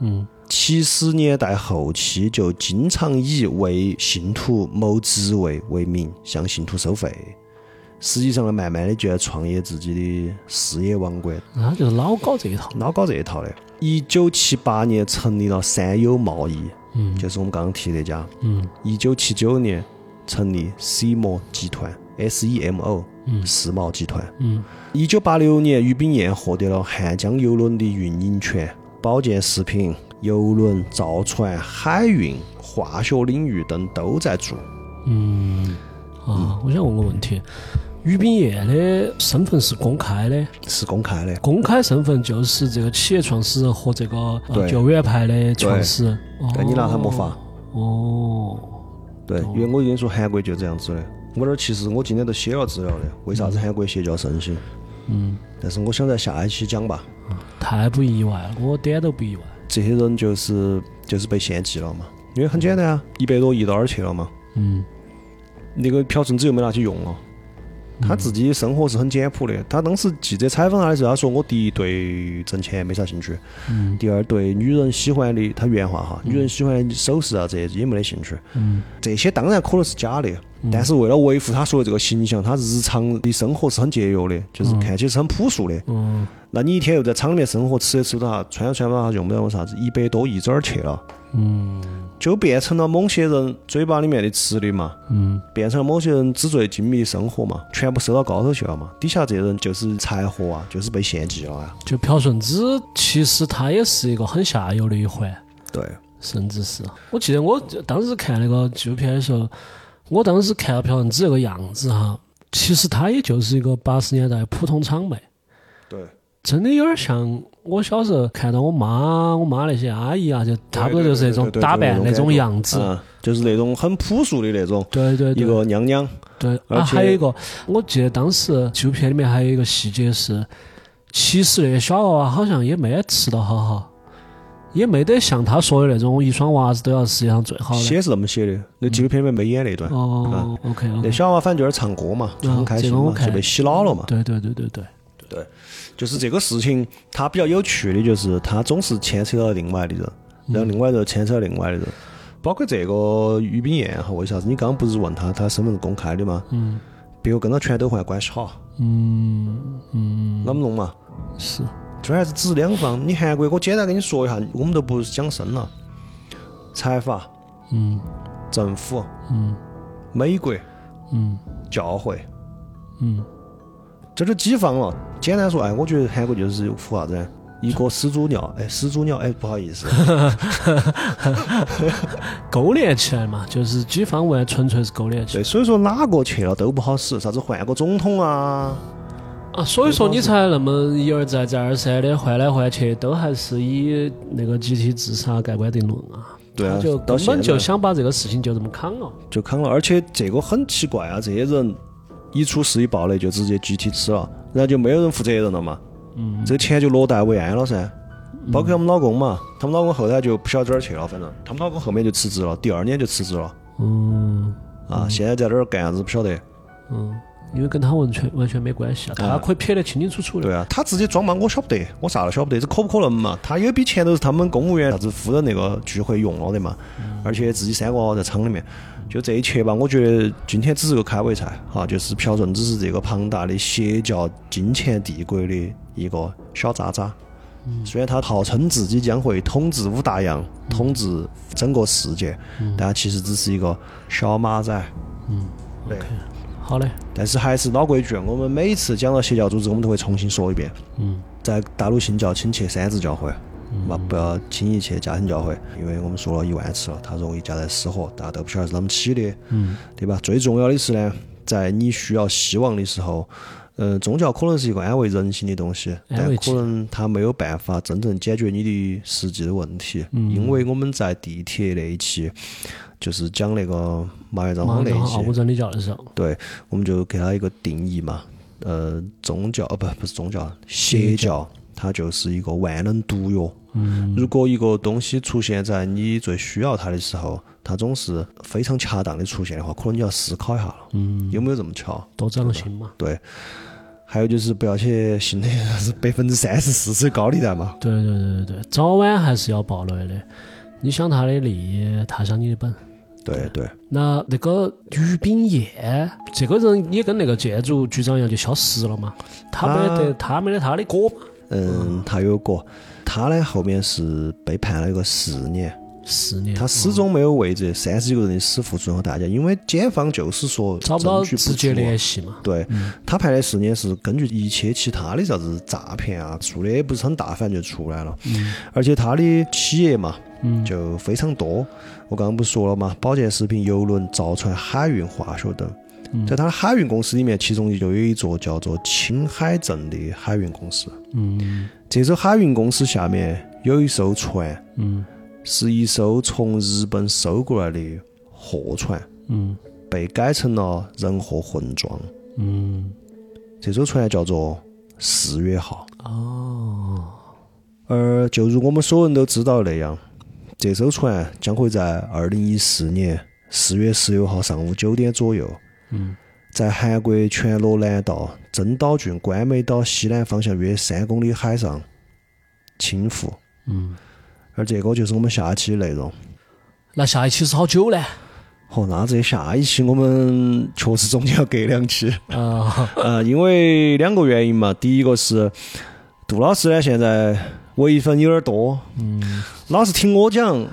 Speaker 2: 嗯，
Speaker 1: 七十年代后期就经常以为信徒谋职位为名向信徒收费，实际上呢，慢慢的就要创业自己的事业王国，
Speaker 2: 那他就是老搞这一套，
Speaker 1: 老搞这一套的。一九七八年成立了三友贸易，
Speaker 2: 嗯
Speaker 1: 就是我们刚刚提那家。
Speaker 2: 嗯
Speaker 1: 一九七九年成立 SEMO 集团 （S.E.M.O.）
Speaker 2: 嗯
Speaker 1: 世贸集团。
Speaker 2: 嗯
Speaker 1: 一九八六年，于炳彦获得了汉江邮轮的运营权，保健食品、邮轮、造船、海运、化学领域等都在做。
Speaker 2: 嗯，啊，我想问个问题，于炳彦的身份是公开的，
Speaker 1: 是公开的，
Speaker 2: 公开身份就是这个企业创始人和这个呃
Speaker 1: 对
Speaker 2: 救援派的创始人，哦
Speaker 1: 但你拿他没法。
Speaker 2: 哦，
Speaker 1: 对，因为我跟你说，韩国就这样子的。我那儿其实我今天都写了资料的，为啥子韩国邪教盛行？
Speaker 2: 嗯，
Speaker 1: 但是我想在下一期讲吧。
Speaker 2: 太不意外了，我点都不意外。
Speaker 1: 这些人就是就是被献祭了嘛，因为很简单啊，一百多亿到哪儿去了嘛？
Speaker 2: 嗯
Speaker 1: 那个朴正子又没拿去用了。他自己生活是很简朴的。他当时记者采访他的时候，他说：“我第一对挣钱没啥兴趣，
Speaker 2: 嗯
Speaker 1: 第二对女人喜欢的，他原话哈，女人喜欢的首饰啊这些也没得兴趣。
Speaker 2: 嗯
Speaker 1: 这些当然可能是假的，但是为了维护他说的这个形象，他日常的生活是很节约的，就是看起来是很朴素的。
Speaker 2: 嗯
Speaker 1: 那你一天又在厂里面生活，吃也吃不到啥，穿也穿不到啥，用不到啥子，一百多亿这儿去了，
Speaker 2: 嗯
Speaker 1: 就变成了某些人嘴巴里面的吃的嘛。
Speaker 2: 嗯
Speaker 1: 变成了某些人纸醉金迷的生活嘛，全部收到高头去了嘛。底下这些人就是柴火啊，就是被献祭了啊。
Speaker 2: 就朴顺子，其实他也是一个很下游的一环，
Speaker 1: 对，
Speaker 2: 甚至是我记得我当时看那个纪录片的时候，我当时看到朴顺子这个样子哈，其实他也就是一个八十年代普通厂妹，
Speaker 1: 对，
Speaker 2: 真的有点像我小时候看到我妈、我妈那些阿姨啊，就差不多就是那种
Speaker 1: 对对对对
Speaker 2: 打扮那种样子。
Speaker 1: 嗯，就是那种很朴素的那种，
Speaker 2: 对对
Speaker 1: 一
Speaker 2: 对
Speaker 1: 个娘娘，
Speaker 2: 对，啊，
Speaker 1: 而且
Speaker 2: 还有一个，我记得当时纪录片里面还有一个细节是，其实那些小娃娃好像也没吃到好好，也没得像他说的那种一双袜子都要世界上最好的。
Speaker 1: 写是这么写的，那纪录片里面没演那段。
Speaker 2: 哦，OK
Speaker 1: 那
Speaker 2: OK，
Speaker 1: 小娃娃反正就是唱歌嘛，就很开心
Speaker 2: 这个我
Speaker 1: 嘛，
Speaker 2: 看
Speaker 1: 就被洗脑了嘛。
Speaker 2: 对对对对对，
Speaker 1: 就是这个事情，它比较有趣的就是它总是牵扯到另外的人，然
Speaker 2: 嗯
Speaker 1: 后另外又牵扯到另外的人，包括这个于炳彦哈，为啥子你刚刚不是问他他身份是公开的吗？
Speaker 2: 嗯
Speaker 1: 别个跟他全斗焕关系好，
Speaker 2: 嗯嗯，
Speaker 1: 啷么弄嘛？
Speaker 2: 是，
Speaker 1: 这还是指两方。你韩国，我简单跟你说一下，我们都不讲深了。财阀、
Speaker 2: 嗯
Speaker 1: 政府、
Speaker 2: 嗯
Speaker 1: 美国、
Speaker 2: 嗯
Speaker 1: 教会，
Speaker 2: 嗯
Speaker 1: 这就几方了。简单说，哎，我觉得韩国就是服啥子呢？一个始祖鸟，哎，始祖鸟，哎，不好意
Speaker 2: *laughs*
Speaker 1: 思，
Speaker 2: 勾连起来嘛，就是几方位纯粹是勾连起来
Speaker 1: 对，所以说哪个去了都不好使，啥子换个总统啊，
Speaker 2: 啊，所以说你才那么一而再再而三的换来换去，都还是以那个集体自杀盖棺定论啊。
Speaker 1: 对啊
Speaker 2: 他就
Speaker 1: 到
Speaker 2: 根
Speaker 1: 现
Speaker 2: 本
Speaker 1: 在
Speaker 2: 就想把这个事情就这么扛了。
Speaker 1: 就坑了。而且这个很奇怪啊，这些人一出事一爆雷就直接集体吃了，然后就没有人负责任了嘛。
Speaker 2: 嗯，
Speaker 1: 这个钱就落袋为安了噻。包括他们老公嘛，他们老公后来就不晓得哪儿去了，反正他们老公后面就辞职了，第二年就辞职了
Speaker 2: 嗯
Speaker 1: 啊，现在在哪儿干啥子不晓得。
Speaker 2: 嗯，因为跟他完全完全没关系啊，他可以撇得清清楚楚的。
Speaker 1: 对啊，他自己装嘛，我晓不得，我啥都晓不得，这可不可能嘛？他有笔钱都是他们公务员啥子夫人那个聚会用了的嘛，而且自己三个在厂里面，就这一切吧，我觉得今天只是个开胃菜哈，就是朴顺只是这个庞大的邪教金钱帝国的一个小渣渣。虽然他号称自己将会统治五大洋，统治整个世界，但他其实只是一个小马仔。对
Speaker 2: 嗯 OK，好嘞，
Speaker 1: 但是还是老规矩，我们每一次讲到邪教组织，我们都会重新说一遍。
Speaker 2: 嗯
Speaker 1: 在大陆信教，请去三自教会，嘛不要轻易去家庭教会，因为我们说了一万次了，它容易夹带私货，大家都不晓得是啷么起的，
Speaker 2: 嗯
Speaker 1: 对吧？最重要的是呢，在你需要希望的时候，呃，宗教可能是一个安慰人心的东西，
Speaker 2: 安
Speaker 1: 但
Speaker 2: 慰
Speaker 1: 可
Speaker 2: 剂
Speaker 1: 能它没有办法真正解决你的实际的问题，
Speaker 2: 嗯
Speaker 1: 因为我们在地铁那一期就是讲那个麻原彰
Speaker 2: 马
Speaker 1: 晃那
Speaker 2: 上
Speaker 1: 一
Speaker 2: 奥姆
Speaker 1: 期，
Speaker 2: 真理教的时候，
Speaker 1: 我们就给它一个定义嘛，呃，宗教哦不不是宗教，邪教。它就是一个万能毒药。
Speaker 2: 嗯，
Speaker 1: 如果一个东西出现在你最需要它的时候，它总是非常恰当的出现的话，可能你要思考一下了，
Speaker 2: 嗯，
Speaker 1: 有没有这么巧？
Speaker 2: 多长了心嘛，
Speaker 1: 对，还有就是不要去信那个是百分之三十四是高利贷嘛。
Speaker 2: 对对对对对，早晚还是要爆雷的。你想他的利，他想你的本。
Speaker 1: 对对，
Speaker 2: 那那个于炳彦这个人也跟那个建筑局长一样，就消失了嘛。他没得，他没得他的歌嘛。
Speaker 1: 嗯，他有过，他呢后面是被判了一个四年，
Speaker 2: 四年，
Speaker 1: 他始终没有为这三十几个人的死付出任何代价，因为检方就是说
Speaker 2: 找不到
Speaker 1: 证据
Speaker 2: 直
Speaker 1: 不
Speaker 2: 接嗯联
Speaker 1: 足。啊
Speaker 2: 系嘛。
Speaker 1: 对他判的四年是根据一切其他的啥子诈骗啊，做的也不是很大，反正就出来了。
Speaker 2: 嗯
Speaker 1: 而且他的企业嘛，
Speaker 2: 嗯，
Speaker 1: 就非常多。我刚刚不是说了嘛，保健食品、邮轮、造船、海运、化学等。
Speaker 2: 嗯
Speaker 1: 在他的海运公司里面，其中就有一座叫做青海镇的海运公司。
Speaker 2: 嗯
Speaker 1: 这艘海运公司下面有一艘船，
Speaker 2: 嗯
Speaker 1: 是一艘从日本收过来的货船，
Speaker 2: 嗯
Speaker 1: 被改成了人货混装。
Speaker 2: 嗯，
Speaker 1: 这艘船叫做四月号。
Speaker 2: 哦，
Speaker 1: 而就如我们所有人都知道的那样，这艘船将会在二零一四年四月十六号上午九点左右，
Speaker 2: 嗯
Speaker 1: 在韩国全罗南道真岛郡关美岛西南方向约三公里海上倾覆。
Speaker 2: 嗯。
Speaker 1: 而这个就是我们下一期的内容。
Speaker 2: 那下一期是好久呢？
Speaker 1: *laughs* 哦，那这下一期我们确实中间要隔两期， *laughs*
Speaker 2: 啊，
Speaker 1: 呃，因为两个原因嘛。第一个是杜老师呢现在微粉有点多，
Speaker 2: 嗯，
Speaker 1: 老是听我讲，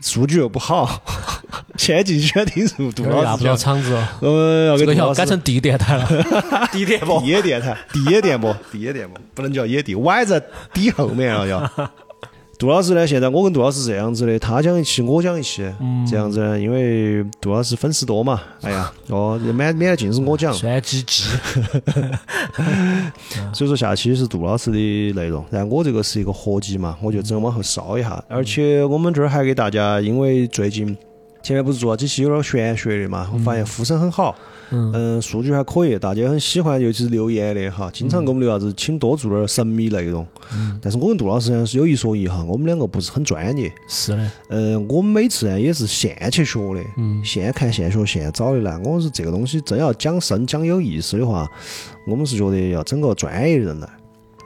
Speaker 1: 数据又不好， *laughs* 先进喜欢听数杜
Speaker 2: 有点压
Speaker 1: 老
Speaker 2: 不
Speaker 1: 师
Speaker 2: 到
Speaker 1: 讲。
Speaker 2: 场
Speaker 1: *laughs*
Speaker 2: 子哦，
Speaker 1: 呃，要给
Speaker 2: 这个
Speaker 1: 杜
Speaker 2: 要
Speaker 1: 老师
Speaker 2: 改成地电台了。
Speaker 1: *laughs* 地电
Speaker 2: *laughs*
Speaker 1: 波，野电台，地野电波，地野电波，不能叫野地，歪在底后面了要。杜老师呢，现在我跟杜老师这样子的，他讲一期，我讲一期，这样子呢，因为杜老师粉丝多嘛，哎呀，哦，免免得尽是我讲，
Speaker 2: 酸唧唧，
Speaker 1: 所以说下期是杜老师的内容，然后我这个是一个合集嘛，我就只能往后烧一下。而且我们这儿还给大家，因为最近前面不是做了几期有点玄学的嘛，我发现呼声很好，
Speaker 2: 嗯
Speaker 1: 嗯，数据还可以，大家很喜欢，尤其是留言的哈，经常给我们留啥子，请多做点神秘内容。但是我跟杜老师呢是有一说一哈，我们两个不是很专业，
Speaker 2: 是的，
Speaker 1: 呃，我们每次呢也是现去学的，
Speaker 2: 嗯
Speaker 1: 现看现学现找的啦。我是这个东西真要讲深讲有意思的话，我们是觉得要整个专业的人来。
Speaker 2: 嗯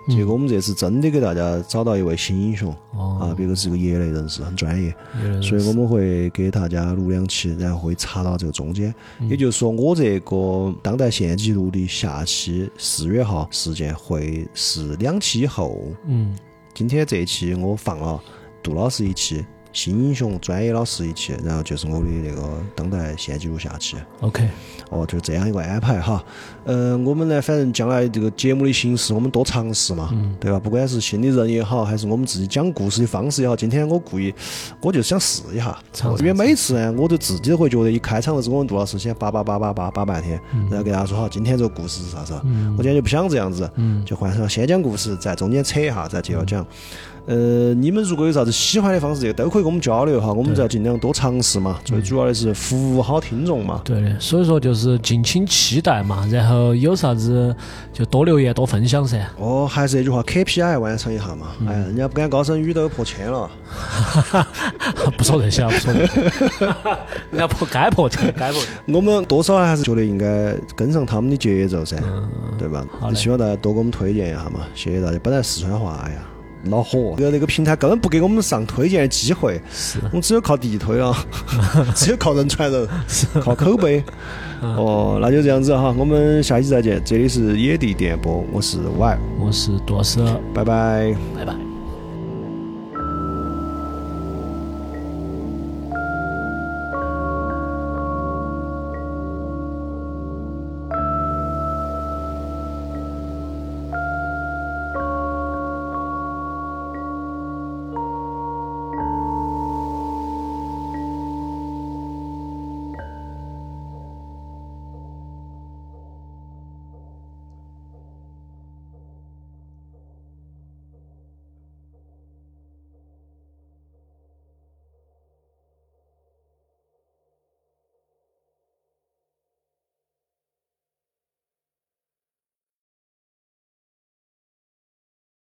Speaker 1: 结果我们这次真的给大家找到一位新英雄啊，
Speaker 2: 哦，
Speaker 1: 别个是个业内人士，很专业，
Speaker 2: 有点
Speaker 1: 所以我们会给大家录两期，然后会插到这个中间。也就是说，我这个当代现纪录的下期四月号事件会是两期以后。
Speaker 2: 嗯
Speaker 1: 今天这一期我放了杜老师一期，新英雄专业老师一期，然后就是我的那个当代现纪录下期。
Speaker 2: ，OK，
Speaker 1: 哦，就这样一个安排哈。嗯、我们呢，反正将来这个节目的形式，我们多尝试嘛，
Speaker 2: 嗯
Speaker 1: 对吧？不管是新的人也好，还是我们自己讲故事的方式也好，今天我故意我就想试一下，
Speaker 2: 尝试
Speaker 1: 因为每次呢，我都自己都会觉得一开场的时候，我跟杜老师先叭叭叭叭叭叭半天，
Speaker 2: 嗯
Speaker 1: 然后给大家说好今天这个故事是啥子。我今天就不想这样子，
Speaker 2: 嗯
Speaker 1: 就换成先讲故事，在中间扯一下，再接着讲。
Speaker 2: 嗯
Speaker 1: 呃，你们如果有啥子喜欢的方式，这个都可以跟我们交流哈，我们再尽量多尝试嘛。
Speaker 2: 嗯
Speaker 1: 最主要的是服务好听众嘛。
Speaker 2: 对的，所以说就是敬请期待嘛，然后有啥子就多留言多分享噻。
Speaker 1: 哦，还是那句话，KPI 完成一下嘛。
Speaker 2: 嗯
Speaker 1: 哎呀，人家不敢高声语都有破千了。
Speaker 2: *laughs* 不说这些啊，不说这些，人家破该破就该破。
Speaker 1: 我们多少还是觉得应该跟上他们的节奏噻，对吧？
Speaker 2: 嗯好嘞
Speaker 1: 希望大家多给我们推荐一下嘛，谢谢大家。本来四川话，哎呀，恼火，这个那个平台根本不给我们上推荐的机
Speaker 2: *laughs*
Speaker 1: 会，
Speaker 2: 是，
Speaker 1: 我们只有靠地推
Speaker 2: *laughs*
Speaker 1: 了，只有靠人传人，靠口碑。
Speaker 2: 嗯
Speaker 1: 哦，那就这样子哈，我们下期再见。这里是野地电波，我是 Y，
Speaker 2: 我是杜老师，
Speaker 1: 拜拜。
Speaker 2: 拜拜。